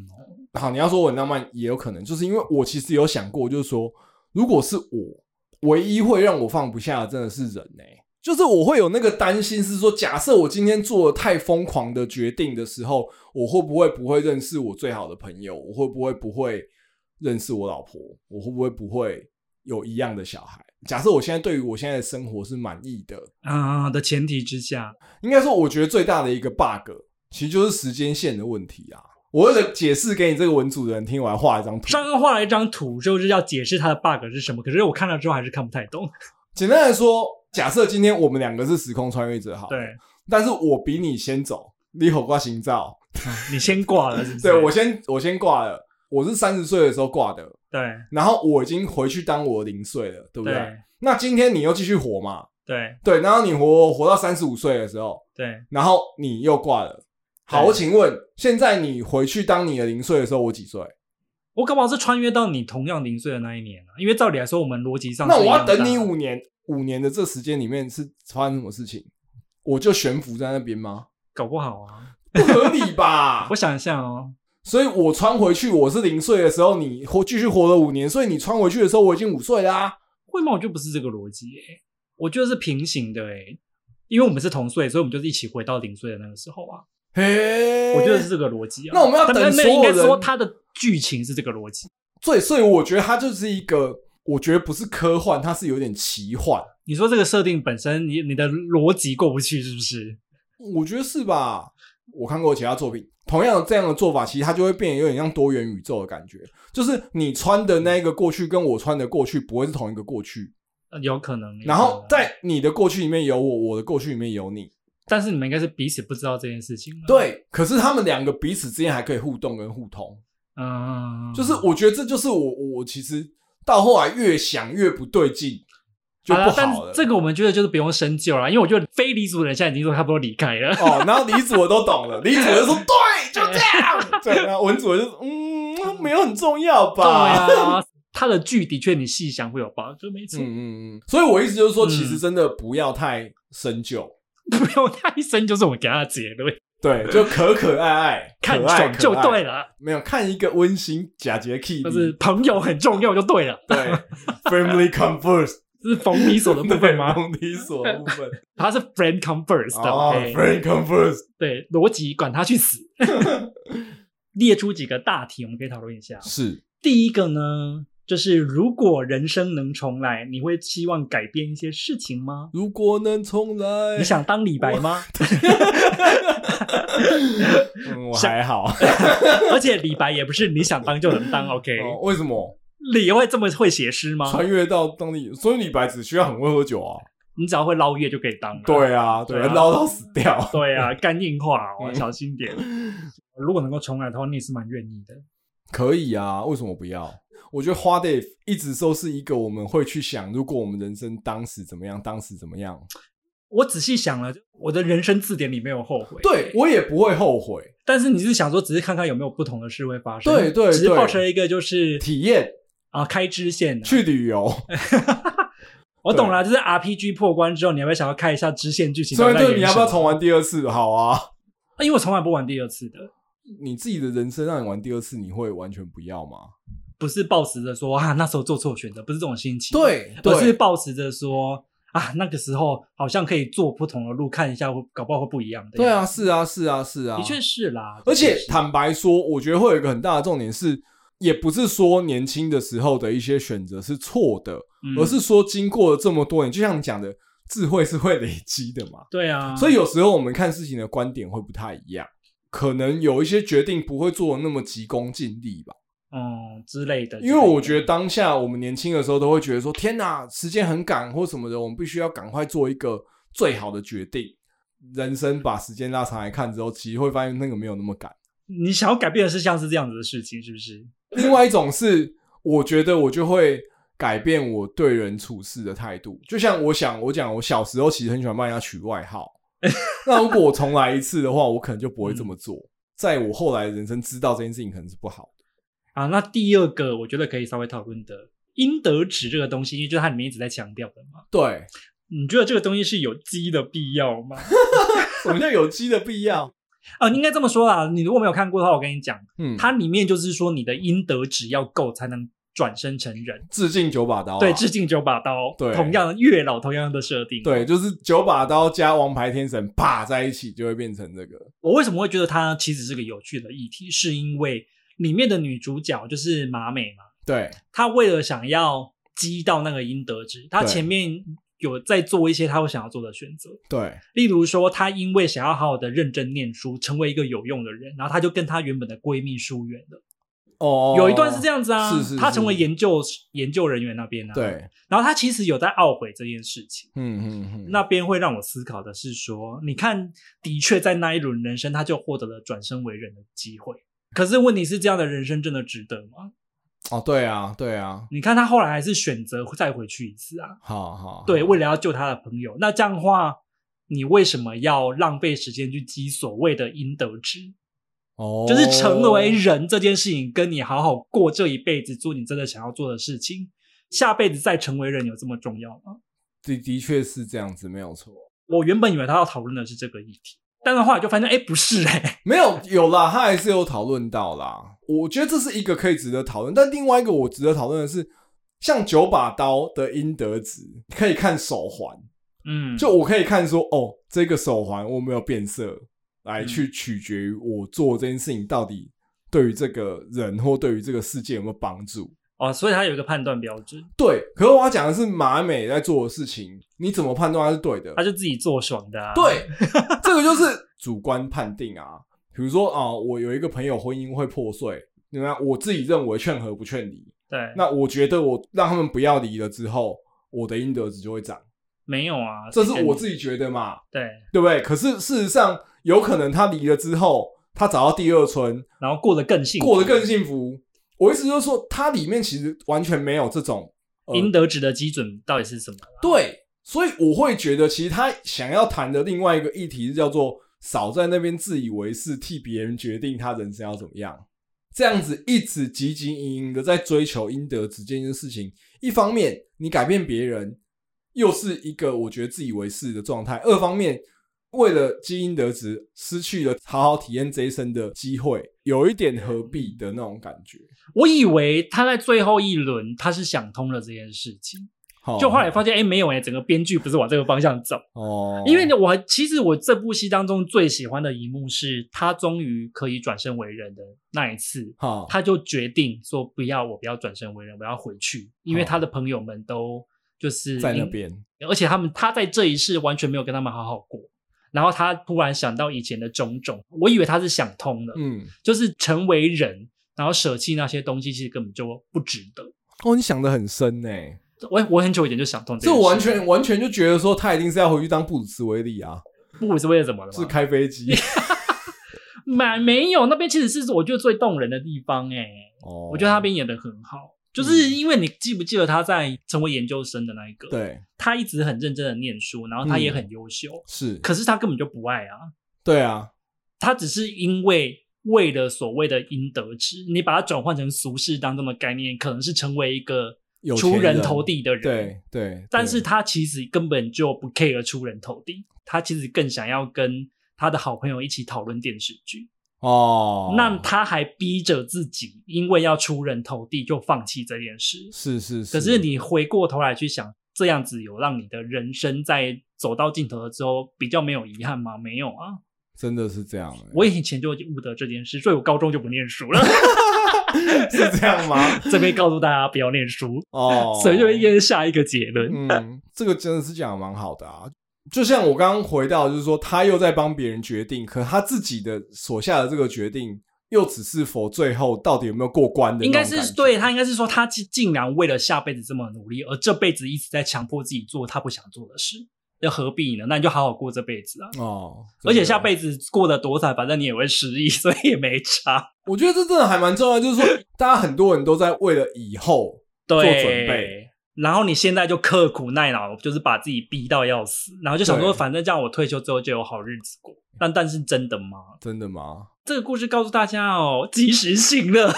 好，你要说我很浪漫也有可能，就是因为我其实有想过，就是说，如果是我，唯一会让我放不下的真的是人呢、就是我会有那个担心，是说，假设我今天做了太疯狂的决定的时候，我会不会不会认识我最好的朋友？我会不会不会认识我老婆？我会不会不会有一样的小孩？假设我现在对于我现在的生活是满意的，
啊、的前提之下，
应该说，我觉得最大的一个 bug，其实就是时间线的问题啊。我为了解释给你这个文组的人听，我还画了一张图。
刚画了一张图，就是要解释它的 bug 是什么，可是我看了之后还是看不太懂。
简单来说，假设今天我们两个是时空穿越者，好，
对，，
但是我比你先走，你火挂行照，
啊你先挂了是不是？
对我先我先挂了，我是三十岁的时候挂的，
对
然后我已经回去当我零岁了，对不对？
对
那今天你又继续活嘛？
对
对，然后你活活到三十五岁的时候，
对，
然后你又挂了。好，
对
我请问，现在你回去当你的零岁的时候，我几岁？
我搞不好是穿越到你同样零岁的那一年啊，因为照理来说，我们逻辑上
那
是
我
一样
要
大
等你五年，五年的这时间里面是发生什么事情？我就悬浮在那边吗？
搞不好啊。
不合理 吧
我？想一下哦，
所以我穿回去，我是零岁的时候，你活继续活了五年，所以你穿回去的时候，我已经五岁啦、
会吗？我就不是这个逻辑诶，我觉得是平行的诶，因为我们是同岁，所以我们就是一起回到零岁的那个时候啊。
嘿，
我觉得是这个逻辑啊。
那我们要
但
等
那
所有
应该说
人
它的剧情是这个逻辑。
对，所以我觉得它就是一个，我觉得不是科幻，它是有点奇幻，
你说这个设定本身，你你的逻辑过不去是不是？
我觉得是吧？我看过其他作品，同样这样的做法，其实它就会变得有点像多元宇宙的感觉，就是你穿的那一个过去跟我穿的过去不会是同一个过去，
呃有可能。有
然后
可能
在你的过去里面有我，我的过去里面有你，
但是你们应该是彼此不知道这件事情。，
对，可是他们两个彼此之间还可以互动跟互通。
嗯，
就是我觉得这就是我我我其实到后来越想越不对劲，就不
但
好了。
这个我们觉得就是不用深究了，因为我觉得非离族人现在已经都差不多离开了。
哦，然后李子我都懂了，李子我就 说对，就这样。 对，然后文子我就说嗯，没有很重要
对
吧。
啊，他的剧的确你细想会有 bug，就没错，
嗯嗯嗯，所以我意思就是说，
嗯
其实真的不要太深究，
不用太深，就是我给他的结论，
对，就可可爱爱，
看
可爱
爽就对
了。
了，
没有看一个温馨假节 key，
就是朋友很重要就对了，
对 family converse
这是逢你所的部分 吗？
蒙迪所部分
他是 friend come first 的
哦
OK
，friend converse
对，逻辑管他去 死。列出几个大题，我们可以讨论一下。
是
第一个呢，就是如果人生能重来，你会希望改变一些事情吗？
如果能重来，
你想当李白 吗？
嗯，我还好。
哎 而且李白也不是你想当就能当，OK？
哦为什么
你会这么会写诗吗？
穿越到当地？所以李白只需要很会喝酒啊。
你只要会捞月就可以当了。
对啊，
对
对
啊
啊，唠到死掉。
对啊，肝硬化哦，
嗯
小心点。如果能够重来的话，你也是蛮愿意的。
可以啊，为什么不要？我觉得花 day 一直都是一个我们会去想，如果我们人生当时怎么样，当时怎么样。
我仔细想了，我的人生字典里没有后悔。
对我也不会后悔，
但是你是想说，只是看看有没有不同的事会发生，
对对
只是
对
抱持一个就是
体验
啊开支线、啊。
去旅 游，
我懂了，就是 RPG 破关之后，你要不要想要看一下支线剧情？
所以
大概
对你
演
要
什
不
么
要重？玩第二次？好啊，
啊因为我从来不玩第二次的，
你自己的人生让你玩第二次，你会完全不要吗？
不是抱持着说啊那时候做错选择，不是这种心情，，
对，
而是
对，
抱持着说啊那个时候好像可以做不同的路，看一下会搞不好会不一样的。
对啊，，是啊，是啊，是啊，
的确是啦，
而且
的确是
坦白说，我觉得会有一个很大的重点是，也不是说年轻的时候的一些选择是错的，
嗯
而是说经过了这么多年，就像你讲的，智慧是会累积的嘛。
对啊，
所以有时候我们看事情的观点会不太一样，可能有一些决定不会做的那么急功近利吧。
嗯之类的，
因为我觉得当下我们年轻的时候都会觉得说，天哪，时间很赶或什么的，我们必须要赶快做一个最好的决定。人生把时间拉长来看之后，其实会发现那个没有那么赶。
你想要改变的是像是这样子的事情，是不是？
另外一种是，我觉得我就会改变我对人处事的态度。就像我想，我讲我小时候其实很喜欢帮人家取外 号，那如果我重来一次的话，我可能就不会这么做。在我后来的人生知道这件事情可能是不好的，
啊，那第二个我觉得可以稍微讨论的应得值这个东西，因为就是它里面一直在强调的嘛。
对，
你觉得这个东西是有鸡的必要吗？
什么叫有机的必要？
啊，你应该这么说啦。你如果没有看过的话，我跟你讲，
嗯，
它里面就是说你的应得值要够才能转身成人。
致敬九把刀啊、
对，致敬九把刀，
对
同样月老同样的设定。，
对，就是九把刀加王牌天神啪在一起，就会变成这个。
我为什么会觉得它其实是个有趣的议题，是因为里面的女主角就是马美嘛，
对，
她为了想要激到那个应得值，她
对
前面有在做一些他会想要做的选择。
对，
例如说，她因为想要好好的认真念书，成为一个有用的人，然后她就跟她原本的闺蜜疏远了。
哦，
有一段是这样子啊，
是是是
她成为研究研究人员那边啊。，
对，
然后她其实有在懊悔这件事情。
嗯嗯嗯，
那边会让我思考的是说，你看，的确在那一轮人生，她就获得了转身为人的机会。可是问题是，这样的人生真的值得吗？
哦，对啊，对啊，
你看她后来还是选择再回去一次啊。
好好，
对，为了要救他的朋友。那这样的话，你为什么要浪费时间去积所谓的阴德值？
哦，
就是成为人这件事情，跟你好好过这一辈子，做你真的想要做的事情，下辈子再成为人有这么重要吗？
的的确是这样子，没有错。
我原本以为他要讨论的是这个议题，但是后来就发现，哎，不是哎、
没有有啦，他还是有讨论到啦。我觉得这是一个可以值得讨论，但另外一个我值得讨论的是，像九把刀的应得值可以看手环，
嗯，
就我可以看说，哦，这个手环我没有变色，来
嗯
去取决于我做这件事情到底对于这个人或对于这个世界有没有帮助。
哦，所以他有一个判断标准，
对，可是我要讲的是马美在做的事情，你怎么判断它是对的？
他就自己做爽的、啊。，
对，这个就是主观判定啊。比如说啊、我有一个朋友婚姻会破碎，那我自己认为劝和不劝离，
对，
那我觉得我让他们不要离了之后，我的应得值就会涨，
没有啊，
这是我
己
自己觉得嘛，
对，
对不对？可是事实上，有可能他离了之后，他找到第二春，
然后过得更幸福，
过得更幸福。我意思就是说，它里面其实完全没有这种呃
阴德值的基准到底是什么？
对，所以我会觉得，其实他想要谈的另外一个议题是叫做少在那边自以为是，替别人决定他人生要怎么样。这样子一直汲汲营营的在追求应得值这件事情，一方面你改变别人，又是一个我觉得自以为是的状态；二方面，为了积阴德值，失去了好好体验这一生的机会，有一点何必的那种感觉。
我以为他在最后一轮他是想通了这件事情，
好
就后来发现哎、诶没有哎、整个编剧不是往这个方向走。
哦，
因为呢我其实我这部戏当中最喜欢的一幕是他终于可以转身为人的那一次，
好
他就决定说不要我不要转身为人，我要回去，因为他的朋友们都就是
哦在那，边，
而且他们他在这一世完全没有跟他们好好过。然后他突然想到以前的种种，我以为他是想通了，
嗯，
就是成为人，然后舍弃那些东西，其实根本就不值得。
哦，你想的很深呢、
我我很久以前就想通
这
件事
我完全完全就觉得说他一定是要回去当布鲁斯威利啊，
不是为了怎么了
是
吗？
开飞机
买没有那边其实是我觉得最动人的地方哎、
哦嗯
我觉得他那边演的很好，就是因为你记不记得他在成为研究生的那一个，，
对嗯
他一直很认真的念书，然后他也很优秀，
是，
可是他根本就不爱啊，
对啊，
他只是因为。为了所谓的应得值，你把它转换成俗世当中的概念，可能是成为一个
有钱
出
人
人头地的人，
对对，
但是
对
他其实根本就不 care 出人头地，他其实更想要跟他的好朋友一起讨论电视剧。
哦，
那他还逼着自己，因为要出人头地就放弃这件事。
是是是，
可是你回过头来去想，这样子有让你的人生在走到尽头了之后比较没有遗憾吗？没有啊，
真的是这样、欸，
我以前就悟得这件事，所以我高中就不念书了。
是这样吗？
这边告诉大家不要念书，
哦，
所以就会下一个结论。
嗯，这个真的是讲的蛮好的啊。就像我刚刚回到，就是说他又在帮别人决定，可他自己的所下的这个决定，又只是否最后到底有没有过关的
应
那种
该
感觉？
是对他，应该是说他竟竟然为了下辈子这么努力，而这辈子一直在强迫自己做他不想做的事，那何必呢？那你就好好过这辈子啊！
哦，
而且下辈
辈。
子过得多惨，反正你也会失忆， 所以也没差。
我觉得这真的还蛮重要，就 是说，大家很多人都在为了以后，
对，
做准备。
然后你现在就刻苦耐劳，就是把自己逼到要死，然后就想说，
对
反正这样我退休之后就有好日子过。但但是真的吗？
真的吗？
这个故事告诉大家哦，及时行乐。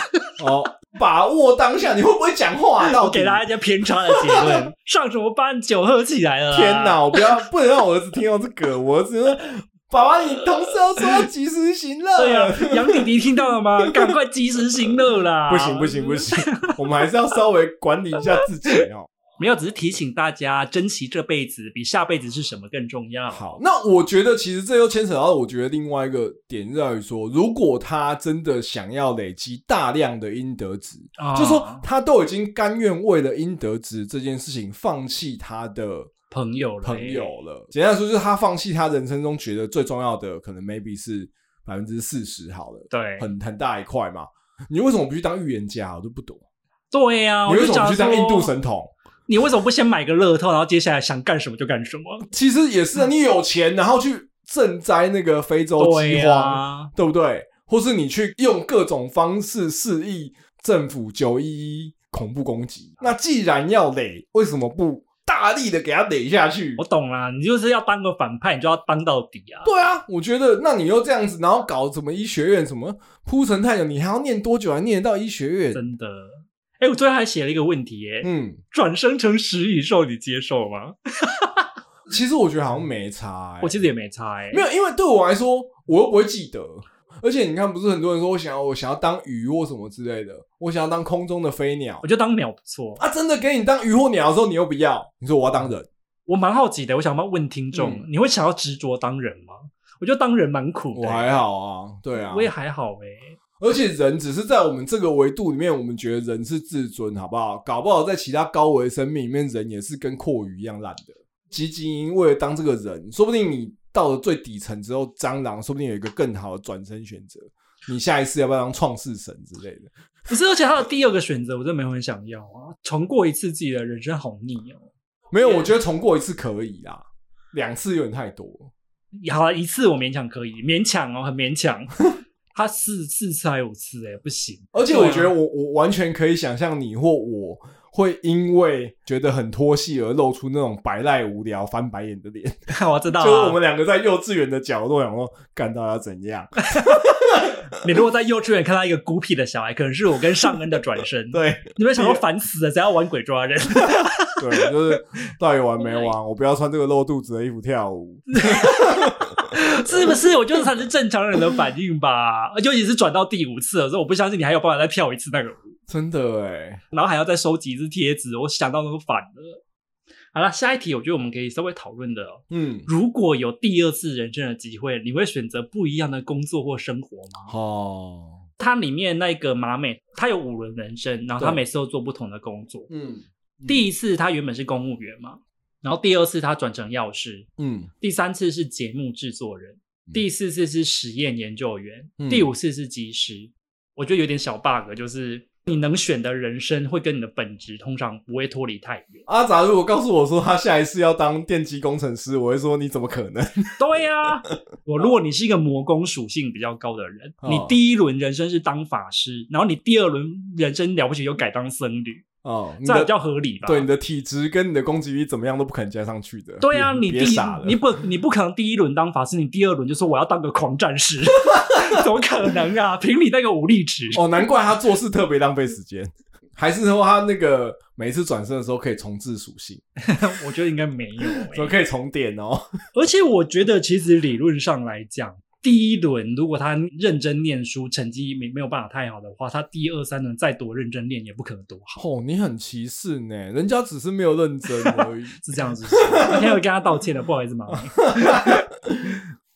哦，把握当下，你会不会讲话？啊到
我
底
给大家一些偏差的结 论，上什么班？酒喝起来了啊啦。
天哪！我不要，不能让我儿子听到这个。我儿子说：“爸爸，你同事要说要及时行乐。”
对啊，杨弟弟听到了吗？赶快及时行乐啦！
不行不行 不，行，我们还是要稍微管理一下自己哦。
没有，只是提醒大家珍惜这辈子，比下辈子是什么更重要。，
好，那我觉得其实这又牵扯到我觉得另外一个点在于说，如果他真的想要累积大量的阴德值，
啊
就说他都已经甘愿为了应得值这件事情放弃他的
朋友了欸、
朋友了。简单来说，就是他放弃他人生中觉得最重要的，可能 maybe 是百分之四十好了，
对
很很大一块嘛。你为什么不去当预言家？我就不懂。
对呀、啊
你
我
为
就
什么
想
不去当
说
印度神？童？
你为什么不先买个乐透，然后接下来想干什么就干什么？
其实也
嗯
是啊，你有钱，然后去赈灾那个非洲
对啊
饥
呀、
荒，对不对？或是你去用各种方式示意政府九一一恐怖攻击。那既然要垒，为什么不大力的给它垒下去
我？懂啦，你就是要当个反派，你就要当到底啊！
对啊，我觉得，那你又这样子，然后搞什么医学院什么铺陈太久，你还要念多久才念得到医学院？
真的。哎、我最后还写了一个问题、耶，
嗯，哎
转生成食蚁兽，你接受吗？
其实我觉得好像没差、欸，
我其实也没差、哎，
没有，因为对我来说，我又不会记得。而且你看，不是很多人说我想要我想要当鱼或什么之类的，我想要当空中的飞鸟
我觉得当鸟不错。
啊！真的给你当鱼或鸟的时候，你又不要，你说我要当人，
我蛮好奇的，我想要问听众，
嗯
你会想要执着当人吗？我觉得当人蛮苦
我
的、
还好啊，对啊，
我也还好哎、
而且人只是在我们这个维度里面，我们觉得人是至尊，好不好？搞不好在其他高维生命里面，人也是跟阔鱼一样烂的。基金为了当这个人，说不定你到了最底层之后，蟑螂说不定有一个更好的转身选择。你下一次要不要当创世神之类的？
不是，而且他的第二个选择，我真的没有很想要啊！重过一次自己的人生好腻哦、
没有，我觉得重过一次可以啦，两次有点太多。
好啊一次我勉强可以，勉强哦，很勉 强。他四四次还有五次哎、不行。
而且我觉
对
得
啊
我、我完全可以想象你或我会因为觉得很拖戏而露出那种白赖无聊翻白眼的脸。
我知道、啊，
就是我们两个在幼稚园的角落，然后干到要怎 样？
你如果在幼稚园看到一个孤僻的小孩，可能是我跟尚恩的转身。，
对
你们想说烦死了，谁要玩鬼抓 人？
对，就是到底完没完？我不要穿这个露肚子的衣服跳舞。
是不是？我觉得才是正常人的反应吧。尤其是转到第五次的时候，我不相信你还有办法再跳一次那个舞，
真的哎，
然后还要再收集一次贴纸，我想到都烦了。好了，下一题，我觉得我们可以稍微讨论的哦，
嗯，
如果有第二次人生的机会，你会选择不一样的工作或生活吗？
好，
它里面那个马美，她有五轮人生，然后她
对
每次都做不同的工作。
嗯
第一次她原本是公务员嘛，然后第二次她转成药师，
嗯，
第三次是节目制作人，
嗯
第四次是实验研究员，
嗯。
第五次是技师。我觉得有点小 bug，就是你能选的人生会跟你的本职通常不会脱离太远
阿杂如果告诉我说他下一次要当电机工程师，我会说你怎么可能？
对呀、我如果你是一个魔功属性比较高的人，
哦
你第一轮人生是当法师，然后你第二轮人生了不起就改当僧侣，
哦，你
这样比
的
较啊合理吧？
对你的体质跟你的攻击力怎么样都不肯加上去的。
对啊，
别
你第
别
一
傻了，
你不你不可能第一轮当法师，你第二轮就说我要当个狂战 士，怎么可能啊？凭你那个武力值，
哦，难怪他做事特别浪费时间，还是说他那个每次转身的时候可以重置属性，
我觉得应该没 有、
怎么
欸。
可以重点哦？
而且我觉得其实理论上来讲，第一轮如果他认真念书，成绩没没有办法太好的话，他第二三轮再多认真练也不可能多好。
哦，你很歧视呢，人家只是没有认真而已。
是这样子， 那天我跟他道歉了，不好意思，妈妈。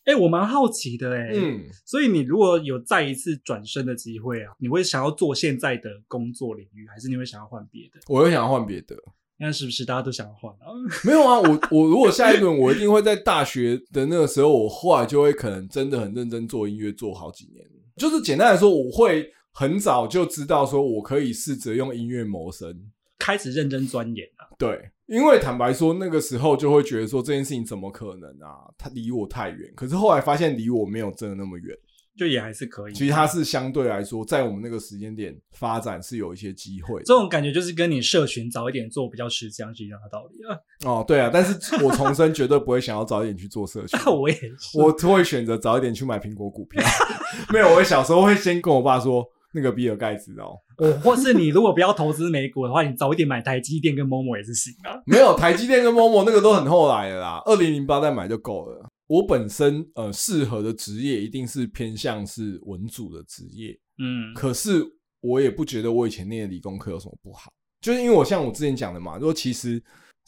哎、我蛮好奇的 哎、
嗯，
所以你如果有再一次转身的机会啊，你会想要做现在的工作领域，还是你会想要换别的？
我又想要换别的，
那是不是大家都想要换啊？
没有啊，我我如果下一轮，我一定会在大学的那个时候，我后来就会可能真的很认真做音乐，做好几年。就是简单来说，我会很早就知道说我可以试着用音乐谋生。
开始认真钻研啊，
对，因为坦白说，那个时候就会觉得说这件事情怎么可能啊，它离我太远。可是后来发现离我没有真的那么远，
就也还是可以。
其实它是相对来说，在我们那个时间点发展是有一些机会的。
这种感觉就是跟你社群早一点做比较吃香是一样的道理啊。，
哦，对啊，但是我重生绝对不会想要早一点去做社群
我也是，
我会选择早一点去买苹果股票。 没有，我小时候会先跟我爸说那个比尔盖茨哦，
我或是你如果不要投资美股的话，你早一点买台积电跟 MOMO 也是行啊。
没有台积电跟 Momo 那个都很后来的啦，二零零八再买就够了。我本身呃适合的职业一定是偏向是文组的职业，
嗯，
可是我也不觉得我以前念的理工科有什么不好，就是因为我像我之前讲的嘛，说其实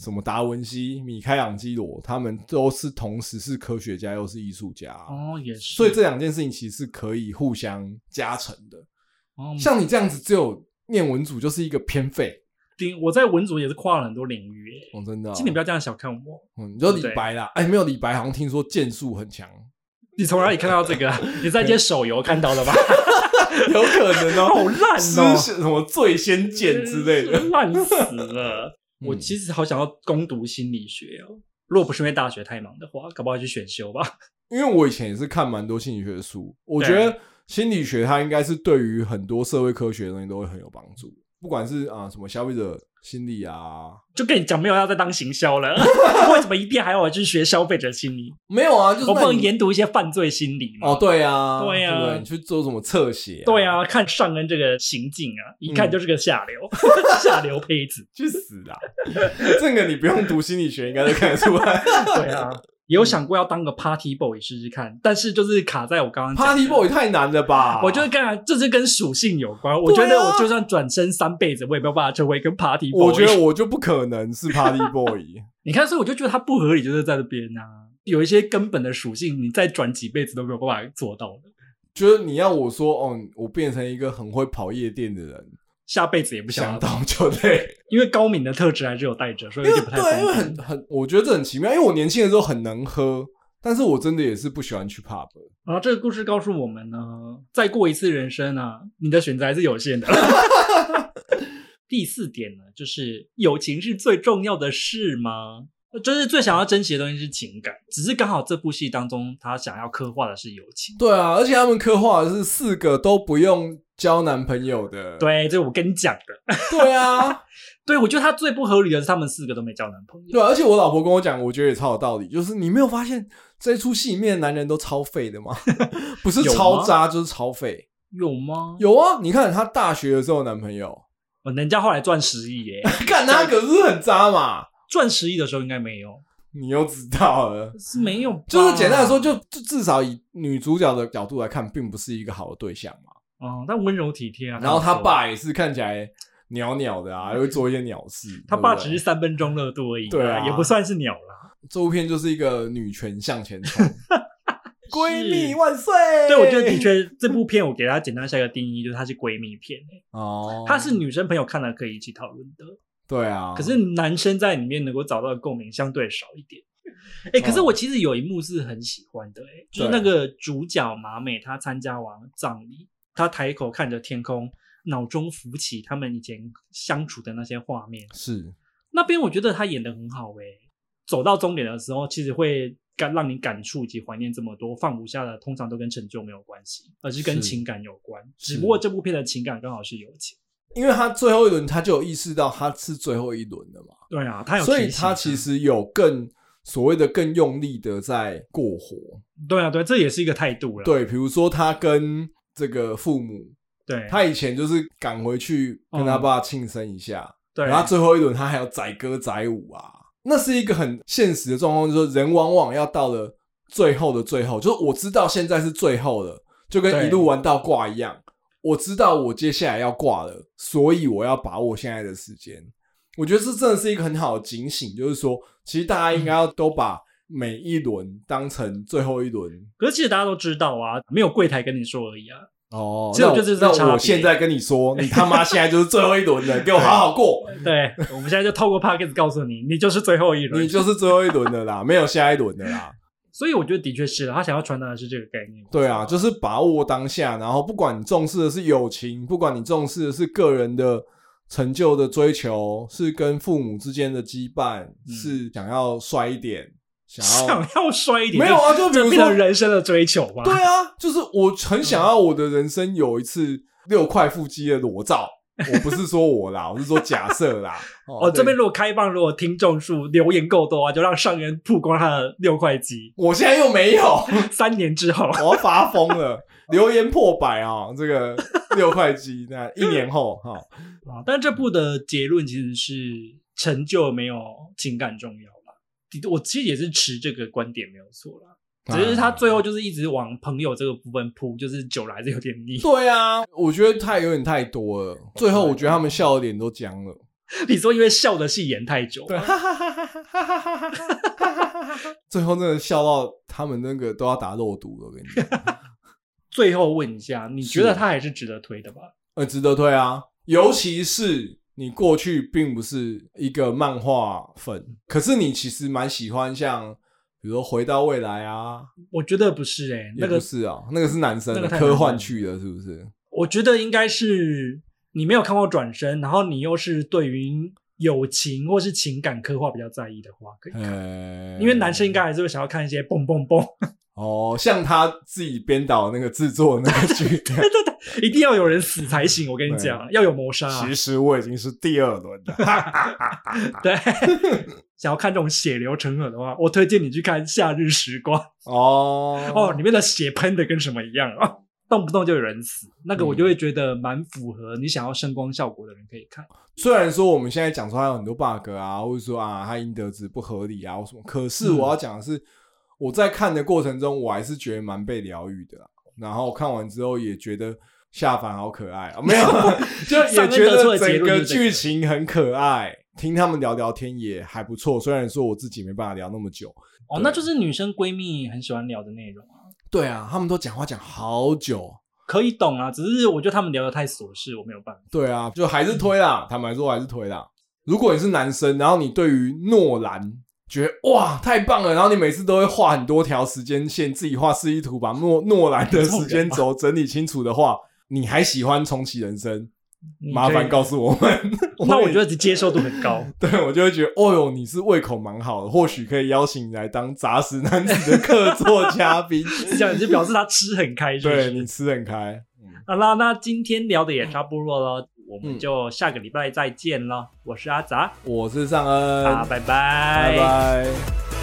什么达文西、米开朗基罗他们都是同时是科学家又是艺术家啊、
哦，也是。
所以这两件事情其实是可以互相加成的。
哦
像你这样子，只有念文组就是一个偏废，
领我在文组也是跨了很多领域耶。
哦，真的、哦，
请你不要这哦样小看我。
嗯，你说李白啦，哎、没有李白，好像听说剑术很 强，
你从哪里看到这个啊？你在一些手游看到的吧？
有可能哦，
好烂哦
诗什么最先剑之类的，
烂死 了。
嗯
我其实好想要攻读心理学哦，如果不是因为大学太忙的话，搞不好去选修吧。
因为我以前也是看蛮多心理学的书，我觉得心理学它应该是对于很多社会科学的东西都会很有帮助，不管是啊、什么消费者心理啊，
就跟你讲，没有要再当行销 了，为什么一定还要我去学消费者心理？
没有啊，就是
哦我不
那
能
你
研读一些犯罪心理吗？
哦，对啊，
对啊
不你去做什么侧写、
对，啊，看尚恩这个行径
嗯
啊，一看就是个下 流，下流胚子。
去死啊！ 这个你不用读心理学，应该都看得出来。
对啊，
嗯
也有想过要当个 party boy 试试看，但是就是卡在我刚刚讲的
Party Boy 也太难了吧？
我觉得跟这是跟属性有关。
啊
我觉得我就算转身三辈子，我也没有办法成为一个 party boy。
我觉得我就不可能是 Party Boy。
你看，所以我就觉得它不合理，就是在这边啊，有一些根本的属性，你再转几辈子都没有办法做到的，
就是你要我说，哦，我变成一个很会跑夜店的人，
下辈子也不想
想
要
到就累。
因为高敏的特质还是有带着，所以有点不太
对，因为
公
很
平。
很，我觉得这很奇妙。因为我年轻的时候很能喝，但是我真的也是不喜欢去 pub。
然后这个故事告诉我们呢，再过一次人生啊，你的选择还是有限的。 第四点呢，就是友情是最重要的事吗？就是最想要珍惜的东西是情感，只是刚好这部戏当中他想要刻画的是友情。
对啊，而且他们刻画的是四个都不用交男朋友的。
对，这我跟你讲的。
对啊，
对，我觉得他最不合理的是他们四个都没交男朋友。
对啊，而且我老婆跟我讲，我觉得也超有道理，就是你没有发现这出戏里面的男人都超废的吗？ 不是
有吗
超渣就是超废。
有吗？
有啊，你看她大学的时候男朋友，
有，人家后来赚十亿耶，
看他可是很渣嘛，
赚十亿的时候应该没有，
你又知道了。
是没有吧，
就是简单的说，就就至少以女主角的角度来看，并不是一个好的对象嘛。
哦，但温柔体贴啊。
然后他
说，
爸也是看起来鸟鸟的啊，又会做一些鸟事。
他爸
对不
只
对
是三分钟热度而已啊，
对啊
也不算是鸟啦。
这部片就是一个女权向前 冲，闺蜜
是
万岁。
对，我觉得的确，这部片我给大家简单下一个定义，就是它是闺蜜 片耶，
哦，
它是女生朋友看了可以一起讨论的，
对啊，
可是男生在里面能够找到的共鸣相对少一点。哎、可是
哦
我其实有一幕是很喜欢的、哎，就是那个主角马美，她参加完葬礼，她抬头看着天空，脑中浮起他们以前相处的那些画面。
是
那边我觉得她演的很好、哎，走到终点的时候，其实会感让你感触以及怀念这么多放不下的，通常都跟成就没有关系，而是
是
跟情感有关。
是
只不过这部片的情感刚好是友情。
因为他最后一轮他就有意识到他是最后一轮了嘛，
对啊，他有提醒，
所以他其实有更所谓的更用力的在过活。
对啊，对，这也是一个态度了。
对，比如说他跟这个父母，
对，
他以前就是赶回去跟他
嗯
爸庆生一下，
对，
然后最后一轮他还要载歌载舞啊，那是一个很现实的状况，就是人往往要到了最后的最后，就是我知道现在是最后了，就跟
对
一路玩到挂一样，我知道我接下来要挂了，所以我要把握现在的时间。我觉得这真的是一个很好的警醒，就是说，其实大家应该要都把每一轮当成最后一轮
可是其实大家都知道啊，没有柜台跟你说而已啊。
哦。
这
那
个
我
就是
那
差别
我现在跟你说，你他妈现在就是最后一轮 了，给我好好过。
对， 我们现在就透过 p o c k e t 告诉你，你就是最后一轮。
你就是最后一轮的啦，没有下一轮的啦。
所以我觉得的确是啊啦，他想要传达的是这个概念。
对啊，就是把握当下，然后不管你重视的是友情，不管你重视的是个人的成就的追求，是跟父母之间的羁绊，
嗯
是想要帅一点，想要
想要衰一点，
没有啊？就比
这
如
变
说
成，人嗯生的追求吧。
对啊，就是我很想要我的人生有一次六块腹肌的裸照。我不是说我啦，我是说假 设啦。
哦，这边
对
如果开放，如果听众数留言够多啊，就让上元曝光他的六块 肌。
我现在又没有。
三年之后，
我要发疯了！ 留言破百啊、这个六块鸡，那一年后哈、
啊，但这部的结论其实是成就没有情感重要啦。的我其实也是持这个观点没有错啦，啊只是他最后就是一直往朋友这个部分扑，就是久了还是有点腻。
对啊，我觉得太有点太多了。最后我觉得他们笑的脸都僵了。
你说因为笑的戏演太久，
对，哈哈哈哈哈哈哈哈哈哈哈！最后真的笑到他们那个都要打肉毒了，我跟你 讲，
最后问一下，你觉
是
得它还是值得推的吧？
呃，值得推啊！尤其是你过去并不是一个漫画粉，可是你其实蛮喜欢像比如说《回到未来》啊，
我觉得不是哎、那
也
个
不是啊，那个是男生的、
那个太
科
男生
幻
了
去的，是 不是？
我觉得应该是你没有看过《转身》，然后你又是对于友情或是情感刻画比较在意的话，可以看。
呃，
因为男生应该还是会想要看一些蹦蹦 蹦，
哦，像他自己编导那个制作那 个剧，
一定要有人死才行。我跟你
对
讲，要有谋杀、啊，
实我已经是第二轮了。
对。想要看这种血流成河的话，我推荐你去看《夏日时光》
哦
哦，里面的血喷的跟什么一样啊，动不动就有人死，那个我
嗯
就会觉得蛮符合你想要声光效果的人可以 看。
虽然说我们现在讲出它有很多 bug 啊，或者说啊它应得值不合理啊或什么，可是
嗯
我要讲的是，我在看的过程中，我还是觉得蛮被疗愈的啊、然后看完之后也觉得下凡好可爱啊，没 有，就也觉得整个剧情很可爱。听他们聊聊天也还不错，虽然说我自己没办法聊那么久。
哦，那就是女生闺蜜很喜欢聊的内容啊，
对啊，他们都讲话讲好久。
可以懂啊，只是我觉得他们聊的太琐事，我没有办法。
对啊，就还是推啦。坦白说，还是推啦。如果你是男生，然后你对于诺兰觉得哇太棒了，然后你每次都会画很多条时间线，自己画示意图，把诺诺兰的时间轴整理清楚的话，你还喜欢重启人生？
你
麻
可以
烦告诉我们。
那我
也
觉得接受度很高。
对我就会觉得，哦哟，你是胃口蛮好的，或许可以邀请你来当杂食男子的客座嘉 宾。
是这样，就表示他吃很开心。
对你吃很开，
好啦，那今天聊的也差不多了，我
嗯
们就下个礼拜再见了。我是阿杂，
我是尚恩，
啊，拜拜
拜拜